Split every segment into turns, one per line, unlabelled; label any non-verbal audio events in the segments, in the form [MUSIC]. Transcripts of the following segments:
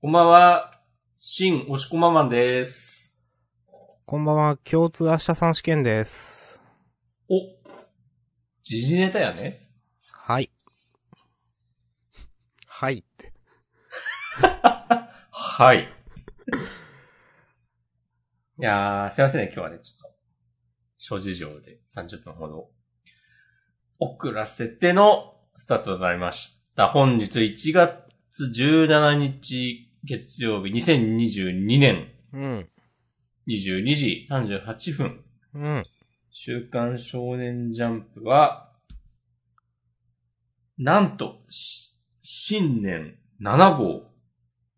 こんばんは、新おしこままんです。
こんばんは、共通明日さん試験です。
お、時事ネタやね。
はい。はいって。
はい。い [LAUGHS] やー、すいませんね、今日はね、ちょっと、諸事情で30分ほど、遅らせてのスタートとなりました。本日1月17日月曜日2022年
うん。
22時38分。
うん。
週刊少年ジャンプは、なんと、し新年7号。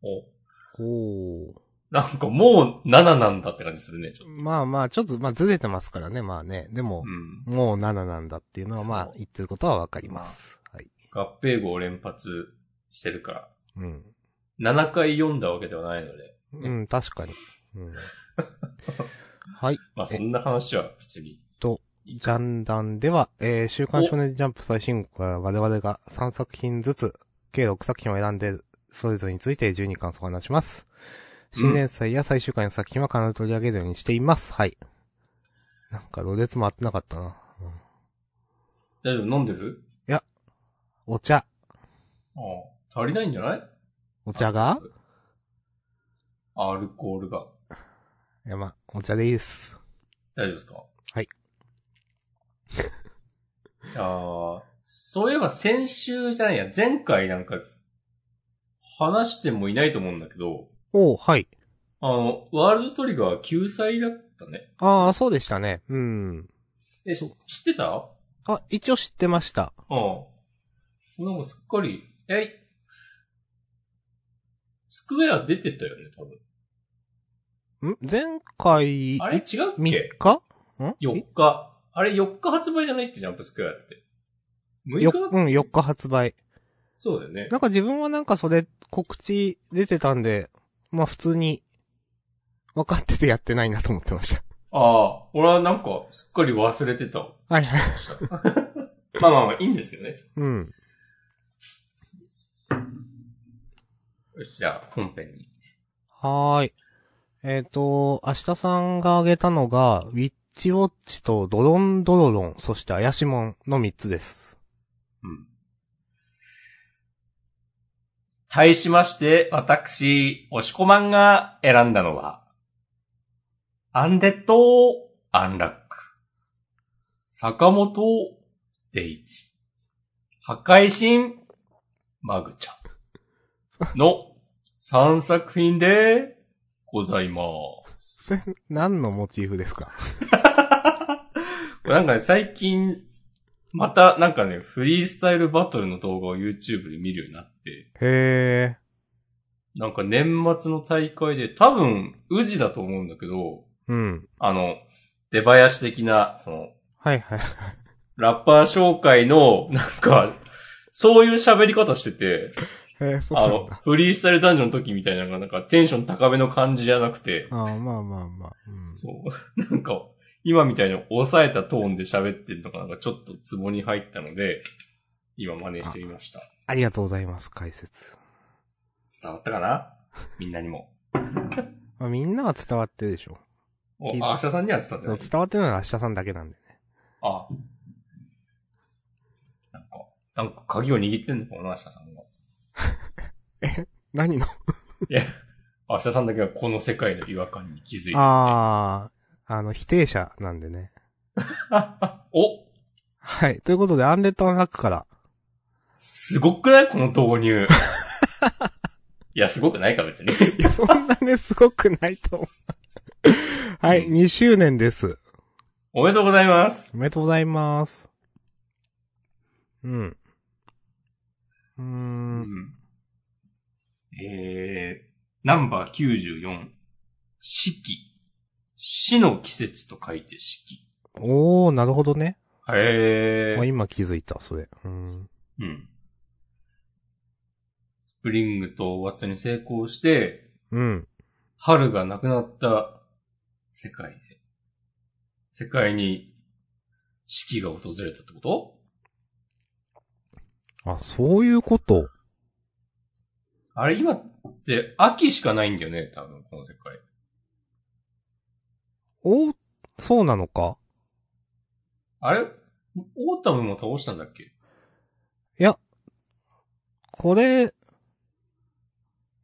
お、
おー。
なんかもう7なんだって感じするね、ちょっと。
まあまあ、ちょっと、まあずれてますからね、まあね。でも
う、ん。
もう7なんだっていうのは、まあ
そう
言ってることはわかります。はい。
合併号を連発してるか
うん。
ら、7回読んだわけではないので、
うん、確かに。うん。はい。
まあそんな話は別に。
と、ジャンダンでは、えー、週刊少年ジャンプ最新号から我々が3作品ずつ、計6作品を選んで、それぞれについて12巻をお話します。新年祭や最終回の作品は必ず取り上げるようにしています。はい。なんか、ろれつ回ってなかったな。うん
大丈夫飲んでる
お茶。
ああ足りないんじゃない
お茶が
アルコールが。
いや、まあ、お茶でいいです。
大丈夫ですか
はい。
[LAUGHS] じゃあ、そういえば先週じゃないや、前回なんか、話してもいないと思うんだけど、
おう、はい。
あの、ワールドトリガー救済だったね。
ああ、そうでしたね。うん。
え、そ知ってたあ
あ、一応知ってました。
あ。なんかすっかり、え、スクエア出てたよね、多分。
ん前回、
あれ違うっ
?3
け
日ん
?4 日。あれ4日発売じゃないっけジャンプスクエアって。6日
よ
だっけ
うん、4日発売。
そうだよね。
なんか自分はなんかそれ告知出てたんで、まあ普通に分かっててやってないなと思ってました。
ああ、俺はなんか、すっかり忘れてた。
はいはい。
まあまあまあ、いいんですけどね。
うん。
よしじゃあ、本編に。
はーい。えっ、と、明日さんが挙げたのが、ウィッチウォッチとドロンドロロン、そして怪しもんの3つです。
うん。対しまして、私、押しこまんが選んだのは、アンデッド・アンラック。坂本・デイジ。破壊神・マグチャ。の3作品でございます。
それ、何のモチーフですか
なんかね、最近、また、なんかね、フリースタイルバトルの動画を YouTube で見るようになって、
へ
なんか年末の大会で、多分、宇治だと思うんだけど、
ー。うん。
あの、出囃子的な、その、
はいはい。
ラッパー紹介の、なんか、そういう喋り方してて、
へー、そう
あ
なん
の
だ。、
フリースタイルダンジョンの時みたいなのが、なんかテンション高めの感じじゃなくて、
ああ、まあまあまあ。うん、
そう。 [LAUGHS] なんか、今みたいに抑えたトーンで喋ってるのが、なんかちょっとツボに入ったので、今真似してみました。
ありがとうございます、解説。
伝わったかなみんなにも。
まあ、みんなは伝わってるでしょ。
お
聞い、た
あ、明日さんには伝わってない。
伝わってるのは明日さんだけなんでね。
あ。なんか、なんか鍵を握ってんのかな、明日さんが。
何の
明日さんだけはこの世界の違和感に気づいて。
ああ、あの、否定者なんでね。
[LAUGHS] お
はい。ということで、アンデッドアンラックから。
すごくないこの導入。 [LAUGHS] いや、すごくないか、別に。 [LAUGHS]
いや、そんなね、すごくないと思う。 [LAUGHS] はい、2周年です。
おめでとうございます。
おめでとうございます。うん。う
う
ー。
んん。えー、ナンバー94。四季。死の季節と書いて四季。
おー、なるほどね。
へー
まあ、。今気づいた、それ。うん。
うん。スプリングとワッツに成功して、
うん。
春がなくなった世界で、世界に四季が訪れたってこと
あ、そういうこと。
あれ今、で、秋しかないんだよね、多分、この世界。
お、そうなのか
あれオータムも倒したんだっけ
いや、これ、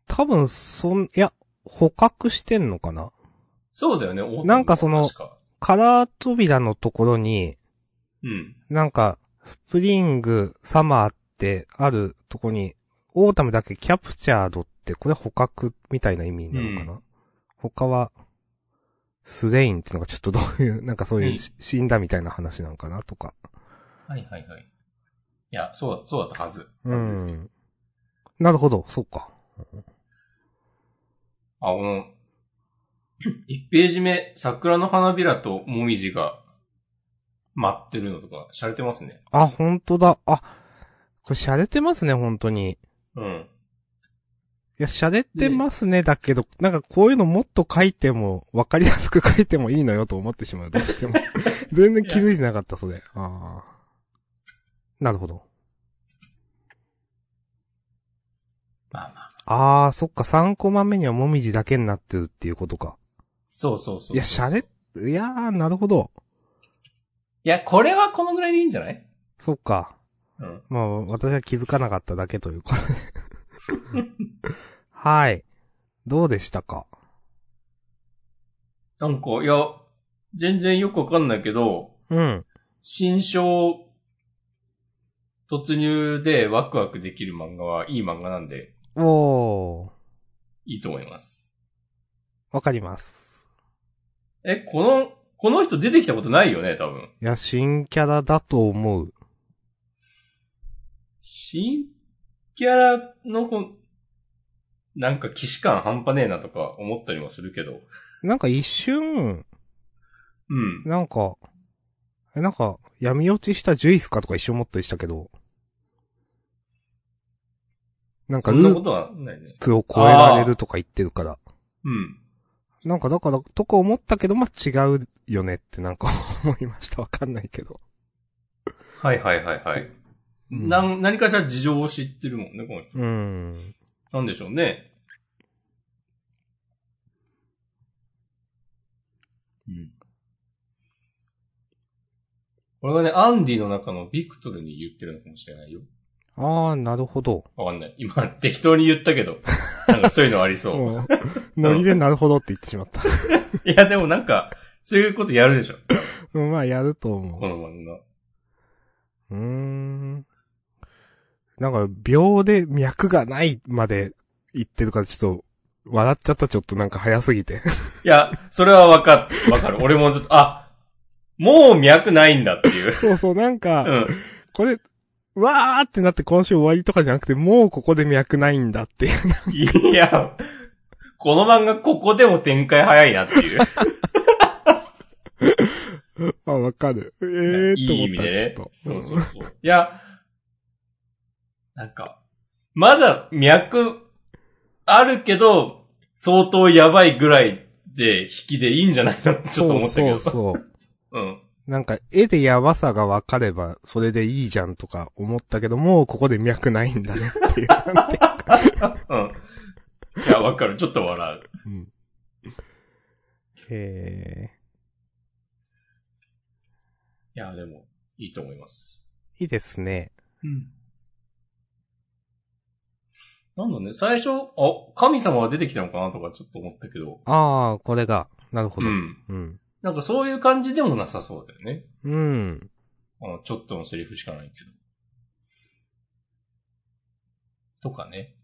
多分、そん、いや、捕獲してんのかな
そうだよね、オータムも。
なんかその
確か
カラー扉のところに、
うん。
なんか、スプリング、サマーってあるとこに、オータムだけキャプチャードって、これ捕獲みたいな意味なのかな、他は、スレインってのがちょっとどう [LAUGHS] いう、なんかそういう、
うん
し死んだみたいな話なのかなとか。
はいはいはい。いや、そうだ、そうだったはず。
う
なんですよ。
ん。なるほど、そうか。
あ、この、1ページ目、桜の花びらともみじが舞ってるのとか、洒落てますね。
あ、ほんとだ。あ、これ洒落てますね、本当に。
うん。
いや、洒落てますね、だけど、なんかこういうのもっと書いても、わかりやすく書いてもいいのよと思ってしまう、どうし
[LAUGHS]
ても。全然気づいてなかった、それ。ああ。なるほど。
まあまあ。
ああ、そっか、3コマ目にはもみじだけになってるっていうことか。
そうそうそう。
いや、洒落、いやー、なるほど。
いや、これはこのぐらいでいいんじゃない
そっか。
うん。
まあ、私は気づかなかっただけというか。はい。どうでしたか
なんか、いや、全然よくわかんないけど、
うん。
新章突入でワクワクできる漫画はいい漫画なんで、
おー。
いいと思います。
わかります。
え、この、この人出てきたことないよね、多分。
いや、新キャラだと思う。
新キャラのこ、なんか騎士感半端ねえなとか思ったりもするけど。
なんか一瞬、
うん。
なんか、え、なんか、闇落ちしたジュイスかとか一瞬思ったりしたけど、なんか
そ
ル
んなこ
ー
とはないね。
プを超えられるとか言ってるから、
うん。
なんかだから、とか思ったけど、まあ、違うよねってなんか [LAUGHS] 思いました。わかんないけど。
はいはいはいはい。
うん
なん、何かしら事情を知ってるもんね、この人。
うん。
なんでしょうね。うん。これがね、アンディの中のビクトルに言ってるのかもしれないよ。
あー、なるほど。
わかんない。今、適当に言ったけど。なんかそういうのありそう。
もう、ノリでなるほどって言ってしまった。 [LAUGHS]
[LAUGHS] いや、でもなんか、そういうことやるでしょ。
うん、まあ、やると思う。
この漫画。
うーん。なんか、秒で脈がないまで言ってるから、ちょっと、笑っちゃった、ちょっとなんか早すぎて。
いや、それはわかる。わかる。俺もちょっと、あ、もう脈ないんだっていう。
[LAUGHS] そうそう、なん
う
か、
ん。
これ、わーってなって今週終わりとかじゃなくて、もうここで脈ないんだっていう。
い
[LAUGHS]
や、この漫画ここでも展開早いなっていう。
あ、わかる。えー
い
と
い意
思っ
味
た、
でね
ちょっ。と。
そうそうそう。いや、なんか、まだ脈あるけど、相当やばいぐらいで引きでいいんじゃないかってちょっと思ったけど。
そうそうそう。
うん。
なんか、絵でやばさがわかれば、それでいいじゃんとか思ったけど、もうここで脈ないんだねっていう。なんていうか
うん。いや、わかる。ちょっと笑う。
[LAUGHS] うん。えー。
いや、でも、いいと思います。
いいですね。
うん。なんだね、最初、あ、神様が出てきたのかなとかちょっと思ったけど。
ああ、これが。なるほ
う
ど。
ん。
うん。
なんかそういう感じでもなさそうだよね。
うん。
あの、ちょっとのセリフしかないけど。とかね。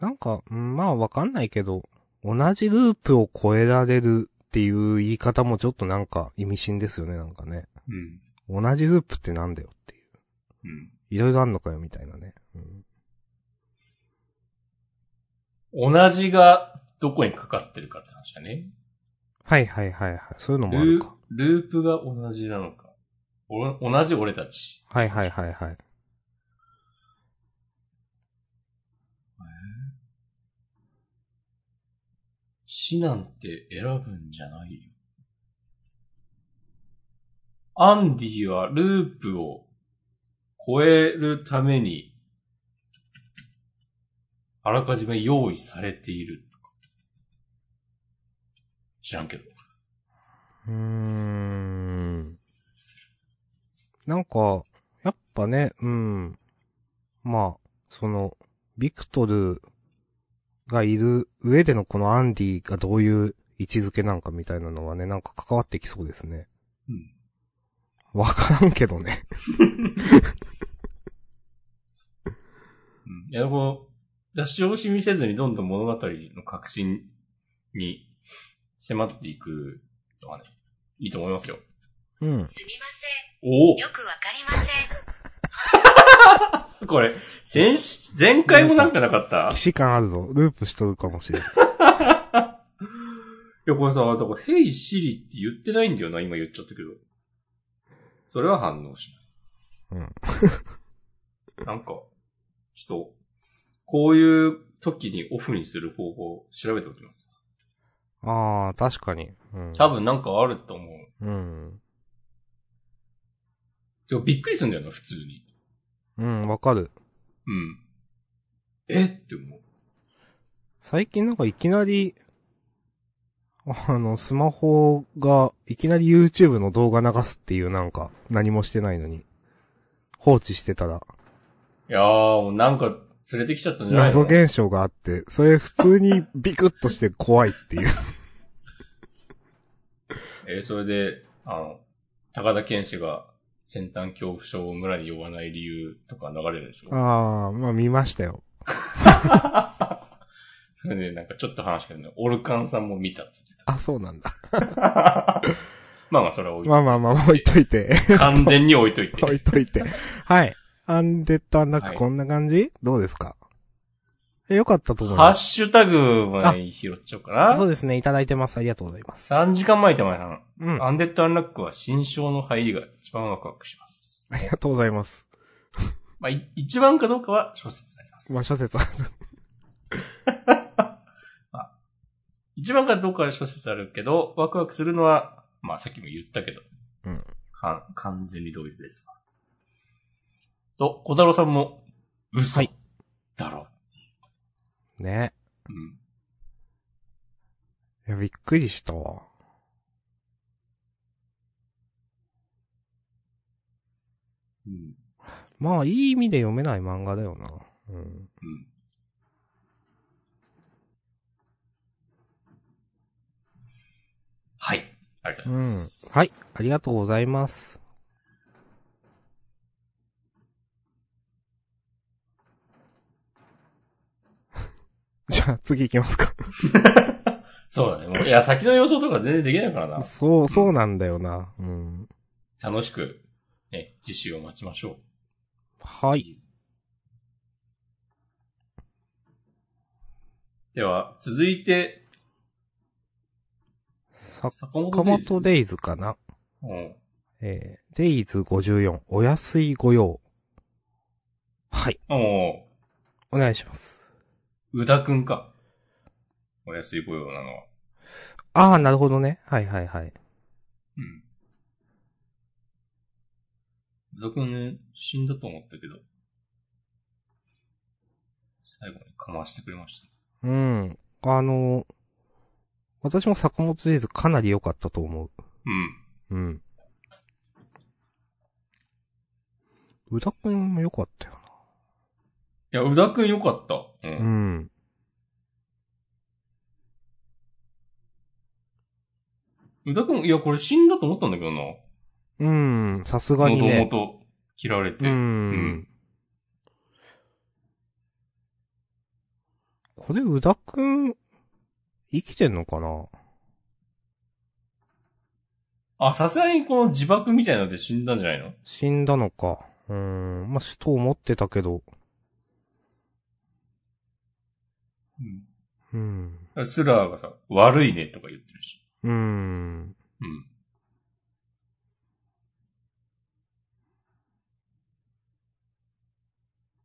なんか、うんまあわかんないけど、同じループを超えられるっていう言い方もちょっとなんか意味深ですよね、なんかね。
うん。
同じループってなんだよっていう。
うん。
いろいろあんのかよ、みたいなね。うん、
同じがどこにかかってるかって話だね。
はいはいはいはい。そういうのもある
ル
か
ー。ループが同じなのか。お同じ俺たち。
はいはいはいはい。
死なんて選ぶんじゃないよ。アンディはループを超えるために、あらかじめ用意されているとか。知らんけど。
うーん。なんか、やっぱね、うん。まあ、その、ビクトルがいる上でのこのアンディがどういう位置づけなんかみたいなのはね、なんか関わってきそうですね。
うん。
わからんけどね。
うん。いや、もう、出し惜しみせずにどんどん物語の革新に迫っていくのはね、いいと思いますよ。
うん。
すみませ
お
ん。よくわかりません。
おこれ、先し、前回もなんかなかった
騎士感あるぞ。ループしとるかもしれん。
いや、これさ、だから、ヘイシリって言ってないんだよな、今言っちゃったけど。それは反応しない。うん。 [LAUGHS] なんか、ちょっと、こういう時にオフにする方法を調べておきます。
ああ、確かに。うん。
多分なんかあると思う。
うん。
でもびっくりするんだよな、普通に。
うん、わかる。
うん。えって思う。
最近なんかいきなり、あの、スマホが、いきなり YouTube の動画流すっていうなんか、何もしてないのに。放置してたら、
いやー、もうなんか、連れてきちゃったんじゃない
謎
の
現象があって、それ普通にビクッとして怖いって [LAUGHS] いう。
えーそれで、あの、高田健志が先端恐怖症を村に呼ばない理由とか流れるでしょ
ああ、まあ見ましたよ。
それで、なんかちょっと話けどね、オルカンさんも見たって言ってた。
あ、そうなんだ。
まあまあ、それは置い
まあまあまあ、置いとい [LAUGHS] て。
完全に置いといて。
置いといて。はい。アンデッドアンダッ
は
ク
い
こんな感じ、どうですかえよかったと思い
ハ
ま
ッ
す。
シュタグまで拾っちゃおうか
そう
な。
ですね、いただいてます。ありがとうございます。
3時間前と前な
うん。
アンデッドアンラックは新章の入りが一番ワクワクします。
ありがとうございます。
まあ、い一番かどうかは諸説あります。
まあ、諸説は。
一番かどうかは諸説あるけど、ワクワクするのは、まあさっきも言ったけど、
うん
か完全に同一ですわ。と、小太郎さんも、嘘
はい
だろ。
ね。
うん。
いや、びっくりしたわ。
うん。
まあ、いい意味で読めない漫画だよな。うん。
うん。はい。ありがとう
う
ござい
ん
ま。す。
はい。。ありがとうございます。 [LAUGHS] じゃあ、次行きますか。
そうだね。もういや、先の予想とか全然できないからな。
そう、そうなんだよな。うん。
楽しく、ね、次週を待ちましょ
はい。
う。では、続いて、
坂
坂本デイズ
本デイズかな。
うん。
えー、デイズ54、お安い御用。はい。
も
お願いします。
う、宇田くんか。お安い御用なのは。
ああ、なるほどね。はいはいはい。
うん。宇田くんね、死んだと思ったけど、最後にかましてくれました。
うん。あの、私も坂本デイズかなり良かったと思
うん。
う。うん。宇田くんも良かったよ
いや、宇田くんよかった。う。
な。うんん。
宇田くん、いや、これ死んだと思ったんだけどな。
うん、さすが
も
に
とも
ね。
と切られて。
う
うんん。
これ宇田くん、生きてんのかな
あ、さすがにこの自爆みたいなので死んだんじゃないの
死んだのか。うん、まあ、死と思ってたけど。うん。
うん。スラーがさ、悪いねとか言ってるし。
うん。
うん。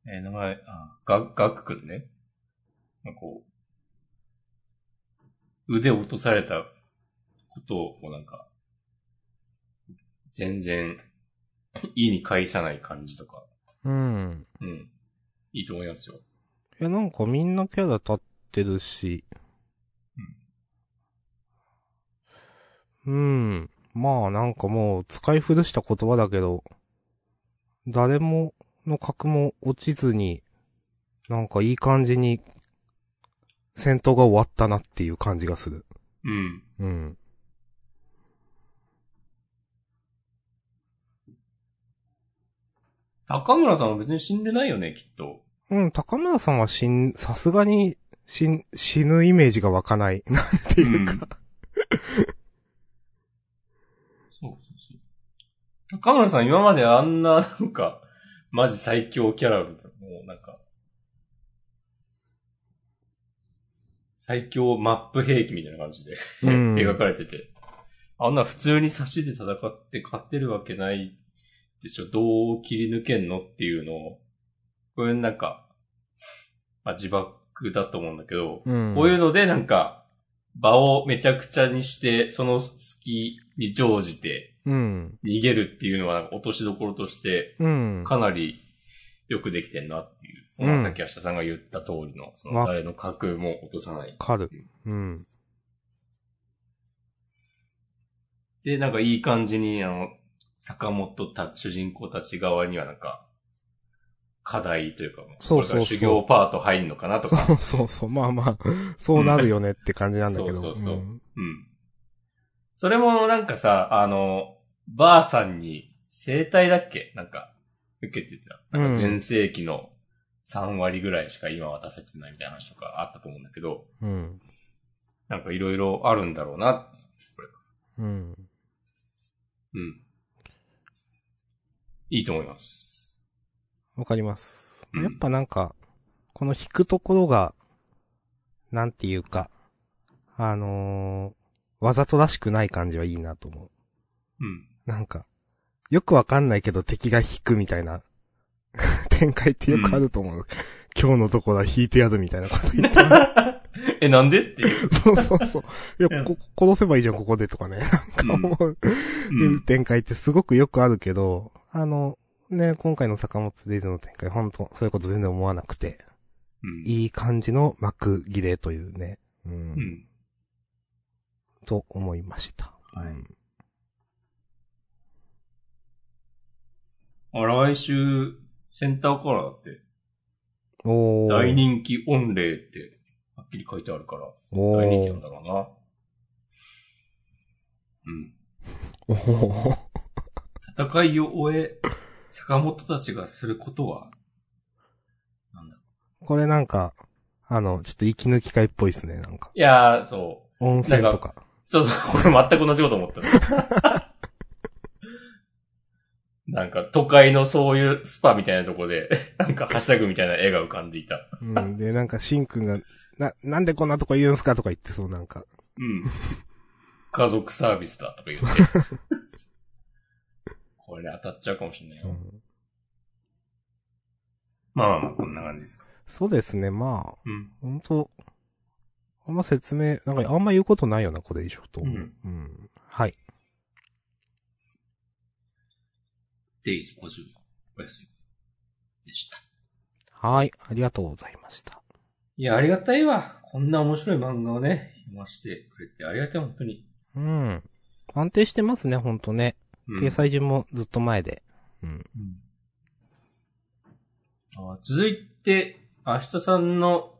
えー名前、あ、ガガクくんね。まあ、こう、腕落とされたことをなんか、全然、意に介さない感じとか、
うん。
うん。いいと思いますよ。
えいや、なんかみんなキャラ立ってるし。うん。まあなんかもう使い古した言葉だけど、誰もの格も落ちずに、なんかいい感じに戦闘が終わったなっていう感じがする。
うん。
うん。
高村さんは別に死んでないよね、きっと。
うん、高村さんは死ん、さすがに死ん、死ぬイメージが湧かない。なんていうか。
そうそうそう。高村さん今まであんな、なんか、マジ最強キャラみたいな、もうなんか、最強マップ兵器みたいな感じで、
う
[LAUGHS]
ん。
描かれてて。あんな普通に差しで戦って勝てるわけないでしょ。どう切り抜けんのっていうのを、これなんか、まあ、自爆だと思うんだけど、
うん。
こういうのでなんか、場をめちゃくちゃにして、その隙に乗じて
うん。
逃げるっていうのはなんか落としどころとして、
うん。
かなりよくできてんなっていう。そ
うん
のさっき明日さんが言った通りの、その
わ
誰の格も落とさない。
かる。うん。
で、なんかいい感じに、あの、坂本た、主人公たち側にはなんか、課題というか、
そうそうそう
これから修行パート入んのかなとか、
そうそうそう。まあまあ、そうなるよねって感じなんだけど。
そうそうそうんうん。それもなんかさ、あの、ばあさんに生体だっけなんか、受けてた。なんか全盛期の3割ぐらいしか今は出せてないみたいな話とかあったと思うんだけど、
うん。
なんかいろいろあるんだろうなって。これ
うん。
うん。いいと思います。
わかります。
うん
やっぱなんか、この引くところが、なんていうか、あのー、わざとらしくない感じはいいなと思う。 [LAUGHS]
うん。
なんか、よくわかんないけど敵が引くみたいな、 [LAUGHS] 展開ってよくあると思う。今日のところは引いてやるみたいなこと言ってる
え、なんでっていう。
そうそうそう。いや、こ、殺せばいいじゃん、ここでとかね。
うん
なんか [LAUGHS] 思う
うん。
展開ってすごくよくあるけど、あの、ね、今回の坂本デイズの展開、本当そういうこと全然思わなくて、
うん
いい感じの幕切れというね、うん、
うん。
と思いました。
はい
うん
あ来週、センターカラーだって、
おー。
大人気御礼って、はっきり書いてあるから。
お
大人気な
ー
ん。だろうな。うん。
おー。
戦いを終え、坂本たちがすることは、なんだろう。
[LAUGHS] これなんか、あの、ちょっと息抜き会っぽいっすね、なんか。
いやー、そう。
温泉とか。
そうそう、 [LAUGHS] 俺全く同じこと思った。 [LAUGHS] なんか、都会のそういうスパみたいなとこで、なんか、ハッシュタグみたいな絵が浮かんでいた。
うん、で、なんか、シンくんが、な、なんでこんなとこ言うんすかとか言ってそう、なんか。
[LAUGHS] うん。家族サービスだとか言 [LAUGHS] って。これ当たっちゃうかもしれないよ。
うん
まあまあまあ、こんな感じですか。
そうですね、まあ、
うん。
ほんと、あんま説明、なんかあんま言うことないよな、これ以上と。
うん。
うん。はい。
デイズ50お休みでした。
はい、ありがとうございました。
いや、ありがたいわ。こんな面白い漫画をね、読ませてくれてありがたい、本当に。
うん。安定してますね、ほんとね。
うん
掲載順もずっと前で。うん。
あ続いて、明日さんの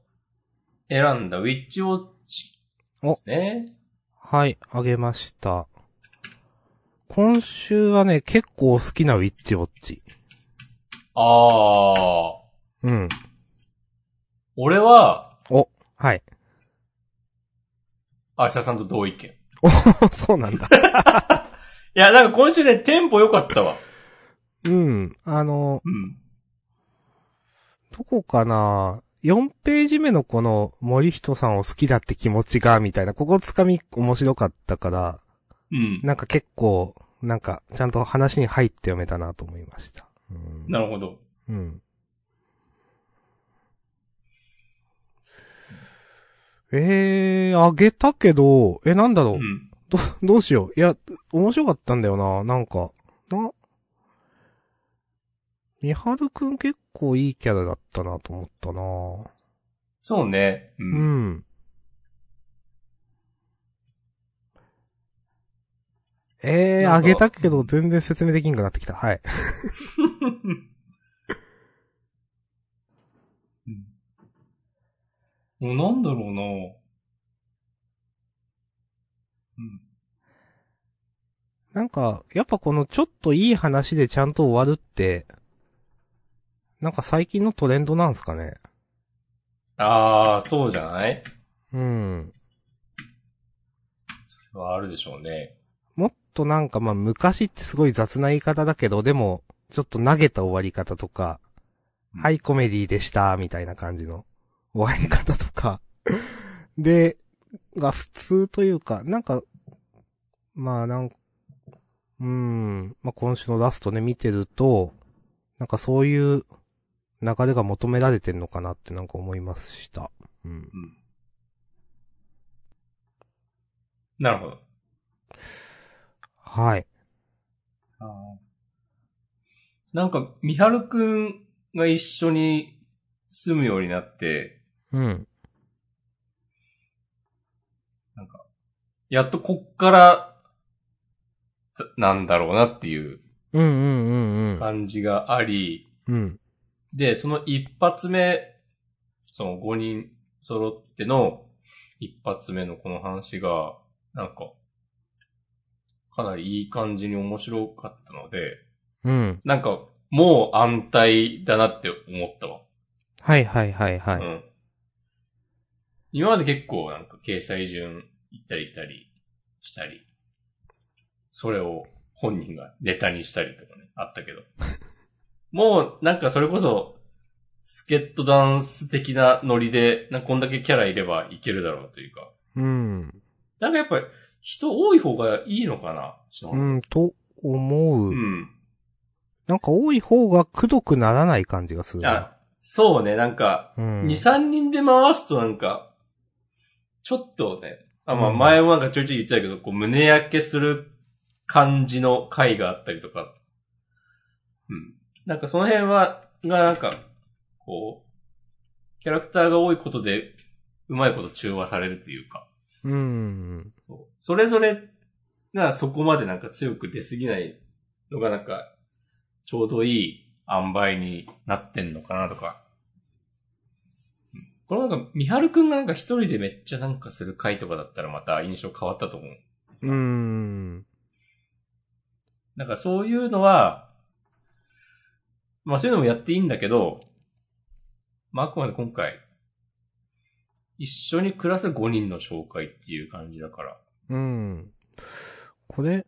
選んだウィッチウォッチですね。
はい、あげました。今週はね、結構好きなウィッチウォッチ。
あー。
うん。
俺は、
お、はい。 [LAUGHS]
明日さんと同意見。い
そうなんだ。
や、なんか今週ね、テンポ良かったわ。
うん。あの、
うん。
どこかな4ページ目のこの森人さんを好きだって気持ちが、みたいな、ここつかみ面白かったから、
うん。
なんか結構、なんか、ちゃんと話に入って読めたなと思いました。うん。
なるほど。
うん。えー、あげたけど、え、なんだろう
う、ん。
ど、どうしよう。いや、面白かったんだよな、なんか。な、みはるくん結構いいキャラだったなと思ったな
そうね。う。
うんん。えー、
な
あ
んか
げたけど全然説明できんくなってきた。はい。 [LAUGHS]
もうなんだろうなうん。
なんか、やっぱこのちょっといい話でちゃんと終わるって、なんか最近のトレンドなんすかね。
ああ、そうじゃない
うん。
はあるでしょうね。
もっとなんかまあ昔ってすごい雑な言い方だけど、でも、ちょっと投げた終わり方とか、
うん
はいコメディでした、みたいな感じの終わり方とか、で、が普通というか、なんか、まあなんうん、まあ今週のラストね見てると、なんかそういう流れが求められてんのかなってなんか思いました。うん。
うん。なるほど。
はい。
なんか、みはるくんが一緒に住むようになって、
うん。
やっとこっから、たなんだろうなっていう
うんうんうんうん。
感じがあり、
うん。
で、その一発目、その5人揃っての一発目のこの話が、なんか、かなりいい感じに面白かったので、
うん。
なんか、もう安泰だなって思ったわ。
はいはいはいはい。
うん。今まで結構なんか掲載順行ったり来たりしたり、それを本人がネタにしたりとかね、あったけ
[LAUGHS]
ど。もうなんかそれこそ、スケットダンス的なノリで、なんかこんだけキャラいればいけるだろうというか。
うん。
なんかやっぱり人多い方がいいのかなう
うん、と思う。
うん。
なんか多い方がくどくならない感じがするな。
あ、そうね、なんか、
うん。
2、3人で回すとなんか、ちょっとね、あまあ
うん
前もなんかちょいちょい言ってたけど、こう胸焼けする感じの回があったりとか、うん。なんかその辺は、がなんか、こう、キャラクターが多いことで、うまいこと中和されるというか、
うん。
そう。それぞれがそこまでなんか強く出すぎないのがなんか、ちょうどいい塩梅になってんのかなとか。このなんか、みはるくんがなんか一人でめっちゃなんかする回とかだったらまた印象変わったと思う。
うん。
なんかそういうのは、まあそういうのもやっていいんだけど、まああくまで今回、一緒に暮らす5人の紹介っていう感じだから。
うん。これ、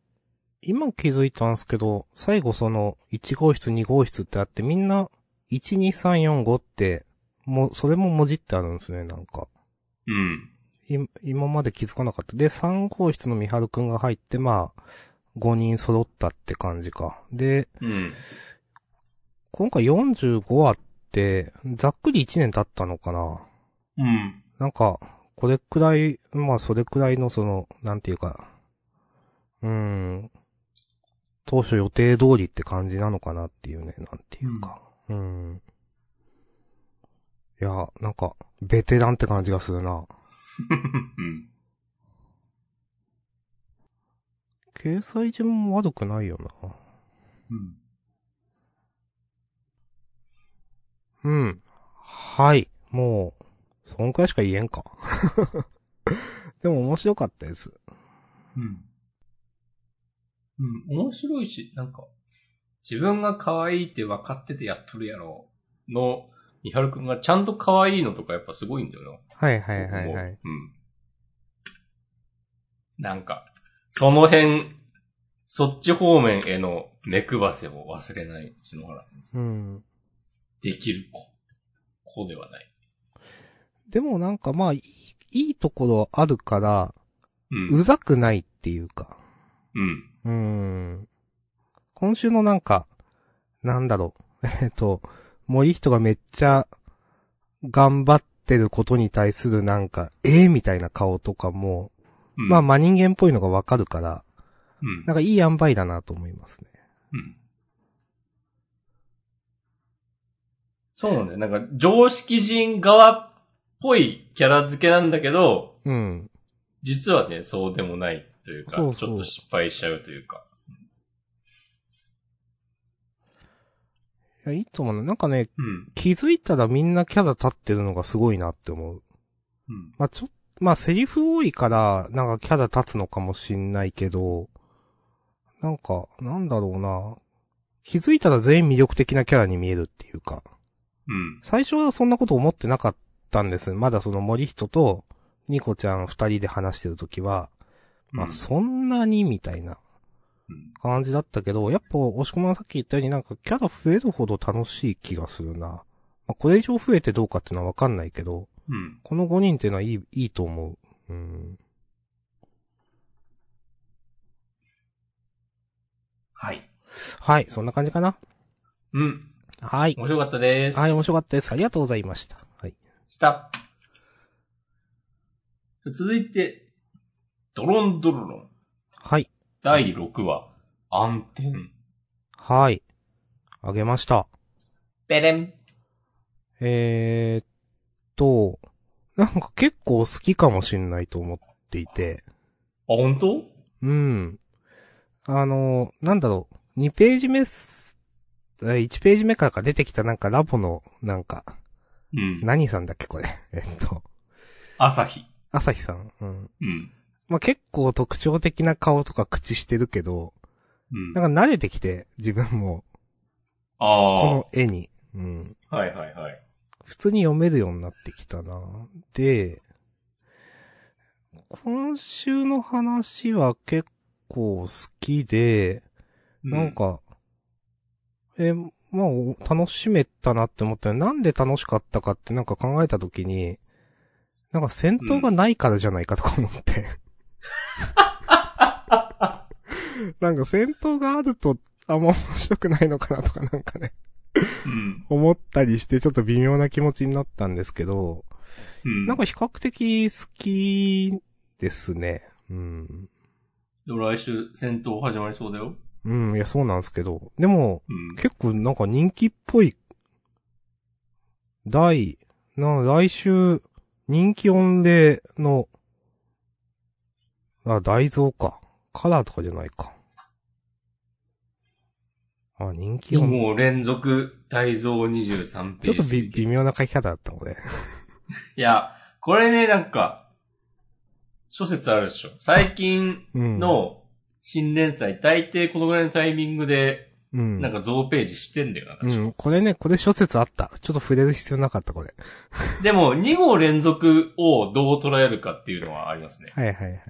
今気づいたんですけど、最後その、1号室、2号室ってあって、みんな、1、2、3、4、5って、もう、それも文字ってあるんですね、なんか。
うん。
い今まで気づかなかった。で、3号室のみはるくんが入って、まあ、5人揃ったって感じか。で、
うん。
今回45話って、ざっくり1年経ったのかな
うん。
なんか、これくらい、まあそれくらいのその、なんていうか、うーん、当初予定通りって感じなのかなっていうね、なんていうか。うーん。いや、なんか、ベテランって感じがするな。
うん。
掲載順も悪くないよな。
うん。
うん。はい。もう、そんくらいしか言えんか。 [LAUGHS] でも面白かったです。
うん。うん。面白いし、なんか、自分が可愛いって分かっててやっとるやろ。の、みはるくんがちゃんと可愛いのとかやっぱすごいんだよ
はいは
な。
いはいはい
僕。もうん。なんか、その辺、そっち方面への目くばせを忘れない篠原先生。
うん。
できる子。子ではない。
でもなんかまあ、いい、いいところあるから、
うん。
うざくないっていうか。
うん。
うーん。今週のなんか、なんだろう。 [LAUGHS] えっと、森人がめっちゃ、頑張ってることに対するなんか、ええみたいな顔とかも、
うん
まあ、真人間っぽいのがわかるから、
うん
なんかいい塩梅だなと思いますね。
うんそうなんだよ。なんか、常識人側ぽいキャラ付けなんだけど、
うん。
実はね、そうでもないというか、
そうそう
ちょっと失敗しちゃうというか。
いや、いいと思うな。なんかね、
うん。
気づいたらみんなキャラ立ってるのがすごいなって思う。
うん。
まあ、ちょ、まあ、セリフ多いから、なんかキャラ立つのかもしんないけど、なんか、なんだろうな。気づいたら全員魅力的なキャラに見えるっていうか。
うん。
最初はそんなこと思ってなかったんです。まだその森人とニコちゃん二人で話してるときは、ま
う
あ
ん
そんなにみたいな
うん
感じだったけど、やっぱ押し込まんさっき言ったようになんかキャラ増えるほど楽しい気がするな。まあこれ以上増えてどうかっていうのはわかんないけど、
うん。
この5人っていうのはいい、いいと思う。うん。
はい。
はい、そんな感じかな。
うん。
はい。
面白かったです。
はい、面白かったです。ありがとうございました。はい。
した。続いて、ドロンドロロン。
はい。
第6話、暗転。
はい。あげました。
ペレン。
えーっと、なんか結構好きかもしんないと思っていて、
あ、本当
うん。あの、なんだろう、2ページ目っす、えー1ページ目からか出てきたなんかラボの、なんか、
うん。
何さんだっけこれ。 [LAUGHS] えっと、
朝日。
朝日さん。うん。
うん。
まあ、結構特徴的な顔とか口してるけど、
うん。
なんか慣れてきて、自分も、
あ
こ
あ。は
の絵に。うん。
いはいはい。
普通に読めるようになってきたな。で、今週の話は結構好きで、なんか、え、まあ、お楽しめたなって思ったよなんで楽しかったかってなんか考えたときに、なんか戦闘がないからじゃないか
[LAUGHS]
とか思って。なんか戦闘があると、あんま面白くないのかなとかなんかね、
うん。
思ったりしてちょっと微妙な気持ちになったんですけど、
うん。
なんか比較的好きですね。うん。
でも来週戦闘始まりそうだよ。
うん、いや、そうなんですけど。でも、
うん。
結構なんか人気っぽい。第、な、来週、人気音霊の、あ、大蔵か。カラーとかじゃないか。あ、人気音
もう連続大蔵23ペ
ちょ
ージ。
っとび微妙な書き方だった、これ。
いや、これね、なんか、諸説あるでしょ。最近
うん。、
の新連載、大抵このぐらいのタイミングで、
うん。
なんか増ページしてんだよな、確
う
か
ん。これね、これ諸説あった。ちょっと触れる必要なかった、これ。
でも、2号連続をどう捉えるかっていうのはありますね。
はいはいはい。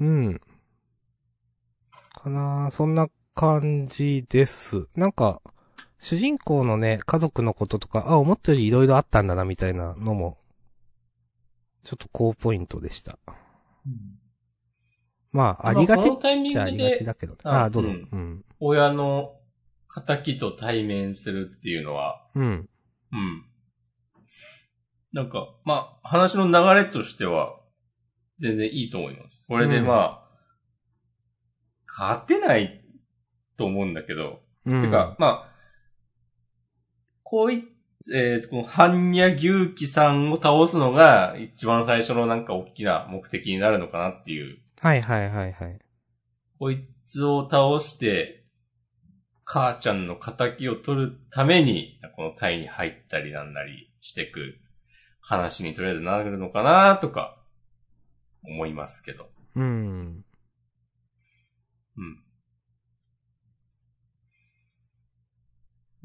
うん。
うん。かなあそんな感じです。なんか、主人公のね、家族のこととか、あ、思ったより色々あったんだな、みたいなのも、ちょっと高ポイントでした。まあ、ありが
まあこ
ち
のタイミン
じゃあ
グ
りが
で
ちだけどね。
あ
あどうぞ。う
うん
ん。
親の仇と対面するっていうのは、
うん。
うん。なんか、まあ、話の流れとしては、全然いいと思います。これでまあ、勝てないと思うんだけど、
うん。
てか、、まあ、こういえーこの、般若牛鬼さんを倒すのが、一番最初のなんか大きな目的になるのかなっていう。
はいはいはいはい。
こいつを倒して、母ちゃんの仇を取るために、このタイに入ったりなんなりしてく話にとりあえずなるのかなとか、思いますけど。
うん。
うん。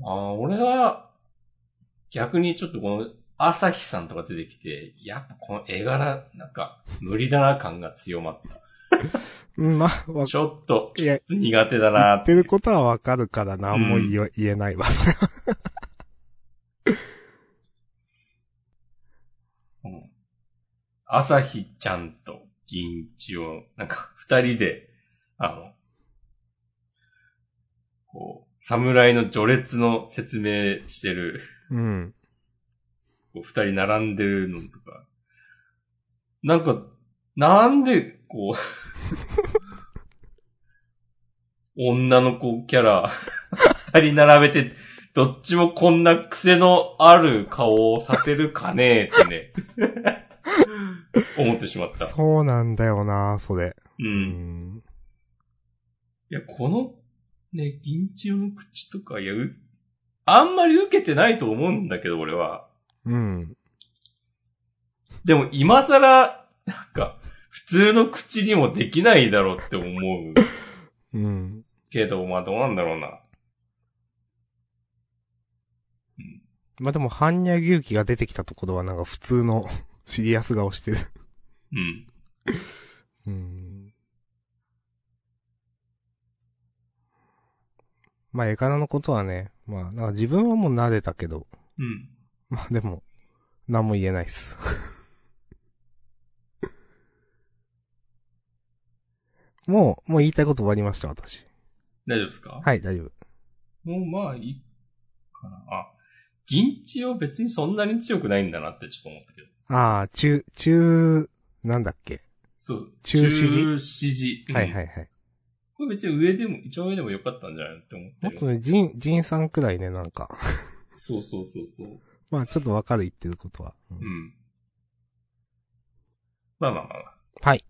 ああ、俺は、逆にちょっとこの、朝日さんとか出てきて、やっぱこの絵柄、なんか、無理だな感が強まった。
うん、まあ、わ
ちょっと、
いや、
苦手だ
言
なー
ってることはわかるから、なんも言え,、言えないわ。それは
うん朝日ちゃんと銀一を、なんか、二人で、あの、こう、侍の序列の説明してる、
[LAUGHS] うん。
こう二人並んでるのとか、なんか、なんで、 [LAUGHS] こう、女の子キャラ、二人並べてどっちもこんな癖のある顔をさせるかねえってね。思ってしまった。
そうなんだよな、それ。
う。
うんん。
いや、この、ね、銀千代の口とか、いや、うあんまり受けてないと思うんだけど、俺は。
うん。
でも、今更、なんか、普通の口にもできないだろうって思う
うん。
けど、まあ、どうなんだろうな。
まあ、でも、般若牛気が出てきたところはなんか普通の [LAUGHS] シリアス顔してる。
うん。
うん。まあ、絵柄のことはね、まあ、なんか自分はもう慣れたけど、
うん。
まあでも、何も言えないっす。 [LAUGHS] もう、もう言いたいこと終わりました、私。
大丈夫ですか
はい、大丈夫。
もうまあいいかな。あ、銀千代別にそんなに強くないんだなってちょっと思ったけど。
ああ、中、中、なんだっけ、
そう。
中指示
中指示。。
はいはいいはい。
これ別に上でも、一番上でもよかったんじゃないのって思
も
っ
ってと
る。
ね、ジン、ジンさんくらいね、なんか。
そうそうそうそう。
まあちょっとわかる言ってることは。うん
うん。まあまあまあまあ。
はい。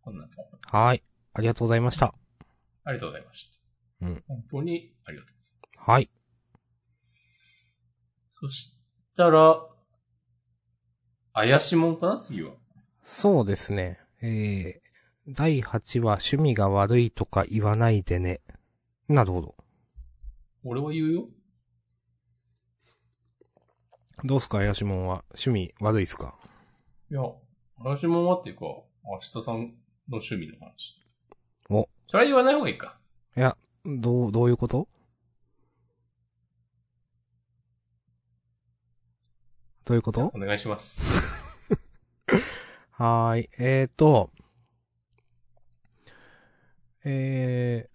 こんなとこ。
はーい。ありがとうございました。
ありがとうございました。
うん。
本当にありがとうございます。
はい。
そしたら、怪しもんかな次は。
そうですね。えー、第8話、趣味が悪いとか言わないでね。なるほど。
俺は言うよ。
どうすか、怪しもんは。趣味悪いっすか
いや、私もはっていうか、明日さんの趣味の話。
お。
それは言わない方がいいか。
いや、どう、どういうことどういうこと
お願いし
[LAUGHS]
ます。
はーい。えーと、え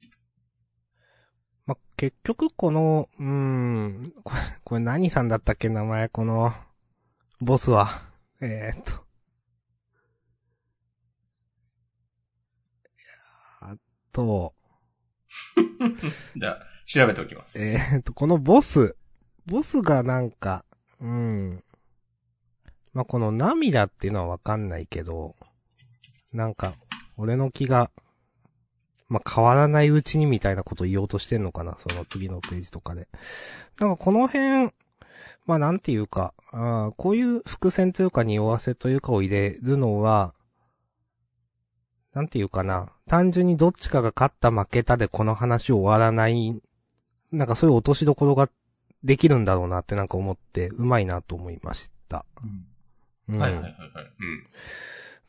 ー、ま、結局この、うーん、これ、これ何さんだったっけ名前、この、ボスは。えーっと。いやーっと、
じゃあ、調べておきます。
えーっと、このボス、ボスがなんか、うん。まあ、この涙っていうのはわかんないけど、なんか、俺の気が、まあ、変わらないうちにみたいなこと言おうとしてんのかな、その次のページとかで。なんかこの辺、まあ、なんていうか、あーこういう伏線というか匂わせというかを入れるのは、なんていうかな、単純にどっちかが勝った負けたでこの話を終わらないなんかそういう落としどころができるんだろうなってなんか思って、うまいなと思いました。うん
はいはいはいはい。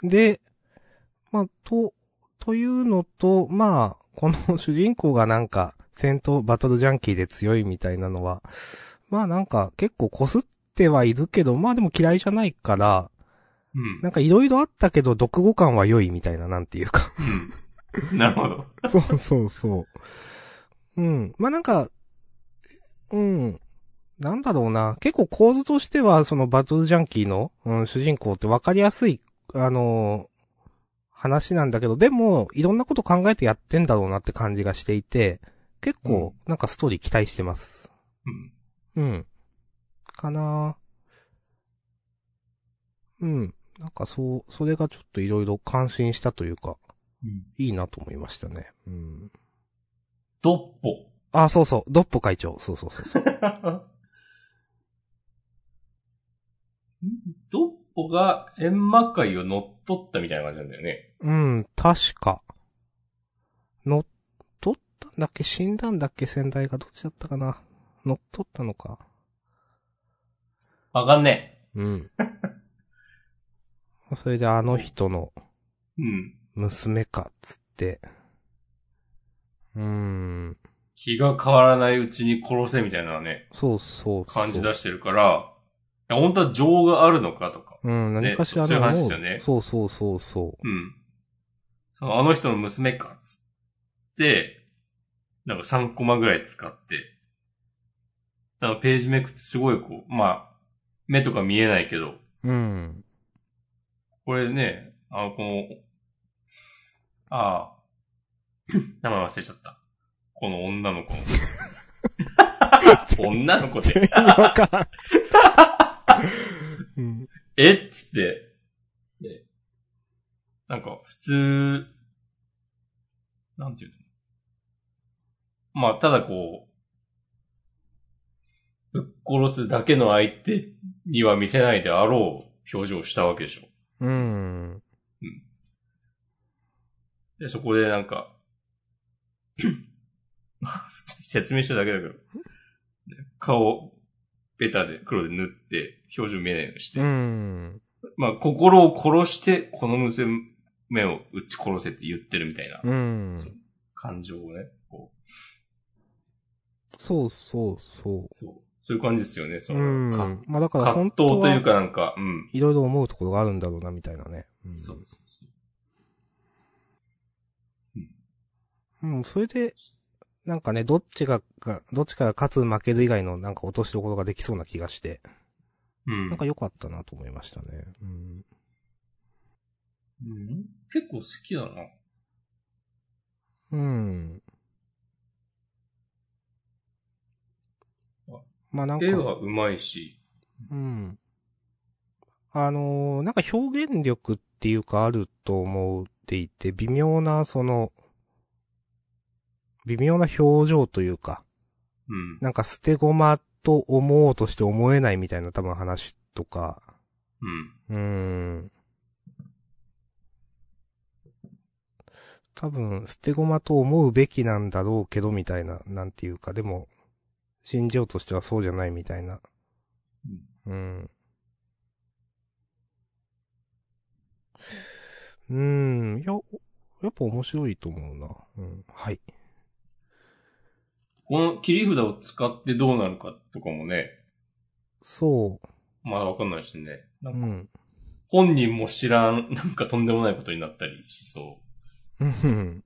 うん。
で、まあ、と、というのと、まあ、この主人公がなんか、戦闘バトルジャンキーで強いみたいなのは、まあなんか結構擦ってはいるけど、まあでも嫌いじゃないから、
うん
なんかいろいろあったけど、読後感は良いみたいな、なんていうか
うん。なるほど。
そうそうそう。うん。まあ、なんか、うん。なんだろうな。結構構図としては、そのバトルジャンキーの、うん、主人公って分かりやすい、あのー話なんだけど、でも、いろんなこと考えてやってんだろうなって感じがしていて、結構、なんかストーリー期待してます。
うん。
うん。かなうん。なんかそう、それがちょっといろいろ感心したというか、いいなと思いましたね。うん。
ドッポ。
あ、そうそう。ドッポ会長。そうそうそうそう。
[LAUGHS] ドッポが閻魔界を乗っ取ったみたいな感じなんだよね。
うん、確か。乗っ取ったんだっけ死んだんだっけ先代がどっちだったかな乗っ取ったのか。
わかんね
うん。 [LAUGHS] それであの人の
え。うん。
娘か、つって。うーん。
気が変わらないうちに殺せみたいなね、
そうそうそう。
感じ出してるから、いや本当は情があるのかとか。
うん、何かしら
ねそういう
の、
話
も
で
う
すよね
そうそうそうそう。
うん。そのあの人の娘か、つって、なんか3コマぐらい使って、なんかページめくってすごいこう、まあ、目とか見えないけど、 [LAUGHS]
うん。
これね、あの、この、ああ、名前忘れちゃった。この女の子。女の子で。
意味わ
[LAUGHS]
からん。うん。
えっつって、で、なんか、普通、なんていうのまあ、ただこう、ぶっ殺すだけの相手には見せないであろう表情をしたわけでしょ。
うん。
で、そこでなんか、 [COUGHS] まあ普通に説明しただけだけど、で顔、ベタで黒で塗って、表情見えないようにして、
うん。
まあ、心を殺して、この娘を撃ち殺せって言ってるみたいな
うん。
感情をね、こう、
そうそうそ。
そう、そういう感じですよね、そうの、
うん
か。
まあだから
葛
本
藤
当
という
は
かなんか、うん。
いろいろ思うところがあるんだろうな、みたいなね。うん
そうそうそう。
うん、それで、なんかね、どっちが、がどっちから勝つ負ける以外のなんか落としどころができそうな気がして、
うん。
なんか良かったなと思いましたね。うん。
うん、結構好きだな。
うん。まあなんか
絵、は上手いし、
うん。あのーなんか表現力っていうかあると思っていて、微妙なその、微妙な表情というか、
うん。
なんか捨て駒と思おうとして思えないみたいな多分話とか、
うん。
うーん。多分、捨て駒と思うべきなんだろうけど、みたいな、なんていうか、でも、信条としてはそうじゃないみたいな。うん。うーん。いや、やっぱ面白いと思うな。うん。はい。
この切り札を使ってどうなるかとかもね、
そ
まだわかんないしね。な
う。うん
か
ん。
本人も知らん、 [LAUGHS] なんかとんでもないことになったりしそう。
うん。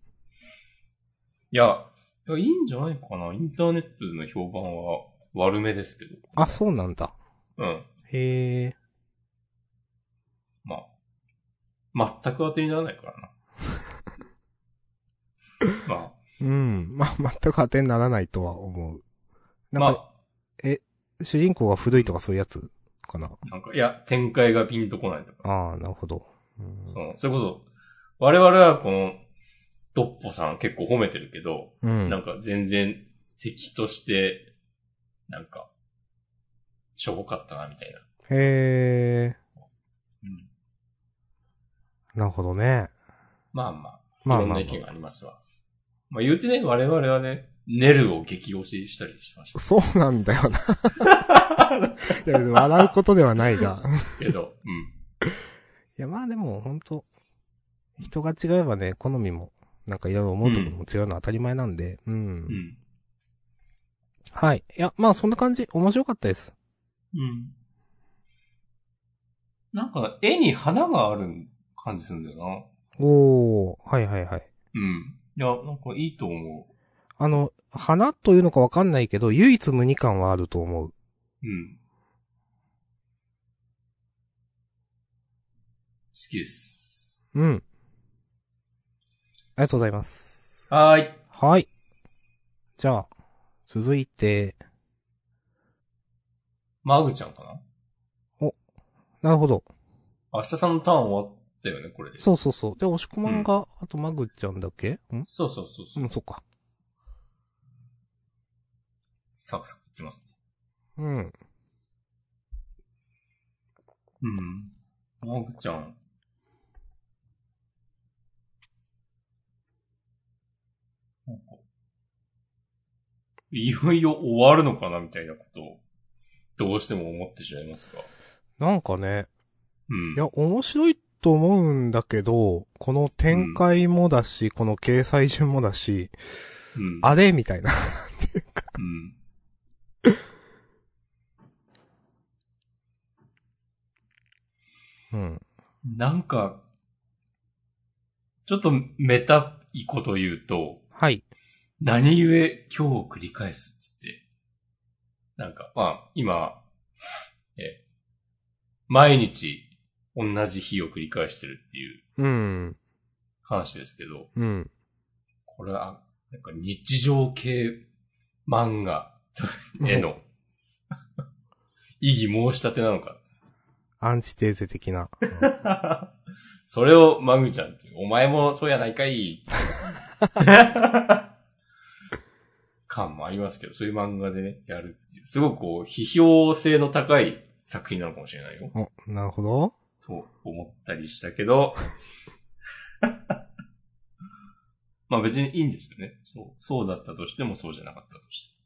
いや、いやいいんじゃないかな。インターネットでの評判は悪めですけど。
あ、そうなんだ。
うん。
へえ。
まあ、全く当てにならないから
[LAUGHS]
な。まあ、
うん。まあ、全く当てにならないとは思う。なん
ま
か、
あ、
主人公が古いとかそういうやつかな。
なんか、いや、展開がピンとこないとか。
ああ、なるほど。うん
そのそれこそ、我々はこの、ドッポさん結構褒めてるけど、
うん。
なんか全然敵として、なんか、しょぼかったな、みたいな。
へえ。
うん
なるほどね。
まあまあ。ま
ま
あ、
あまあ
いろん
まあ
な意見がありますわ。まあ言うてね、我々はね、ネルを激推ししたりしてまし
そうなんだ
[LAUGHS]
よな。いや笑うことではないが。
たけ [LAUGHS] ど、うん。
いや、まあでも、本当人が違えばね、好みも、なんかいろいろ思うところも違うのは当たり前なんで、うん。
うん。
はい。いや、まあそんな感じ、面白かったです。
うん。なんか、絵に花がある感じするんだよな。
おー、はいはいはい。
うん。いや、なんかいいと思う。
あの、花というのかわかんないけど、唯一無二感はあると思う。
うん。好きです。
うん。ありがとうございます。
はーい。
はい。じゃあ、続いて、
マグちゃんかな
なるほど。
明日さんのターン終わったよね、これで。
そうそうそう。で、押し込まんが、あとマグちゃんだっけん
そうそうそうそう
う。ん、そっか。
サクサクいってます。
うん。
うん。マグちゃん。なんか、いよいよ終わるのかなみたいなことを、どうしても思ってしまいますが。
なんかね、
うん。
いや、面白いと思うんだけど、この展開もだし、この掲載順もだし、
うん、
あれみたいな。
うん。
うん。
なんか、ちょっとメタいこと言うと、
[LAUGHS] はい。
何故今日を繰り返すっつって。なんか、まあ、今、え、毎日同じ日を繰り返してるっていう
うん。
話ですけど、
うん。
これは、なんか日常系漫画への、 [LAUGHS] 異議申し立てなのか。
アンチテーゼ的 [LAUGHS] な。
[LAUGHS] それをマグちゃんって、お前もそうやないかい。感もありますけど、そういう漫画でね、やるっていう。すごくこう、批評性の高い作品なのかもしれないよ。
お、なるほど。
と思ったりしたけど。 [LAUGHS] まあ別にいいんですよね。そう。そうだったとしても、そうじゃなかったとしても。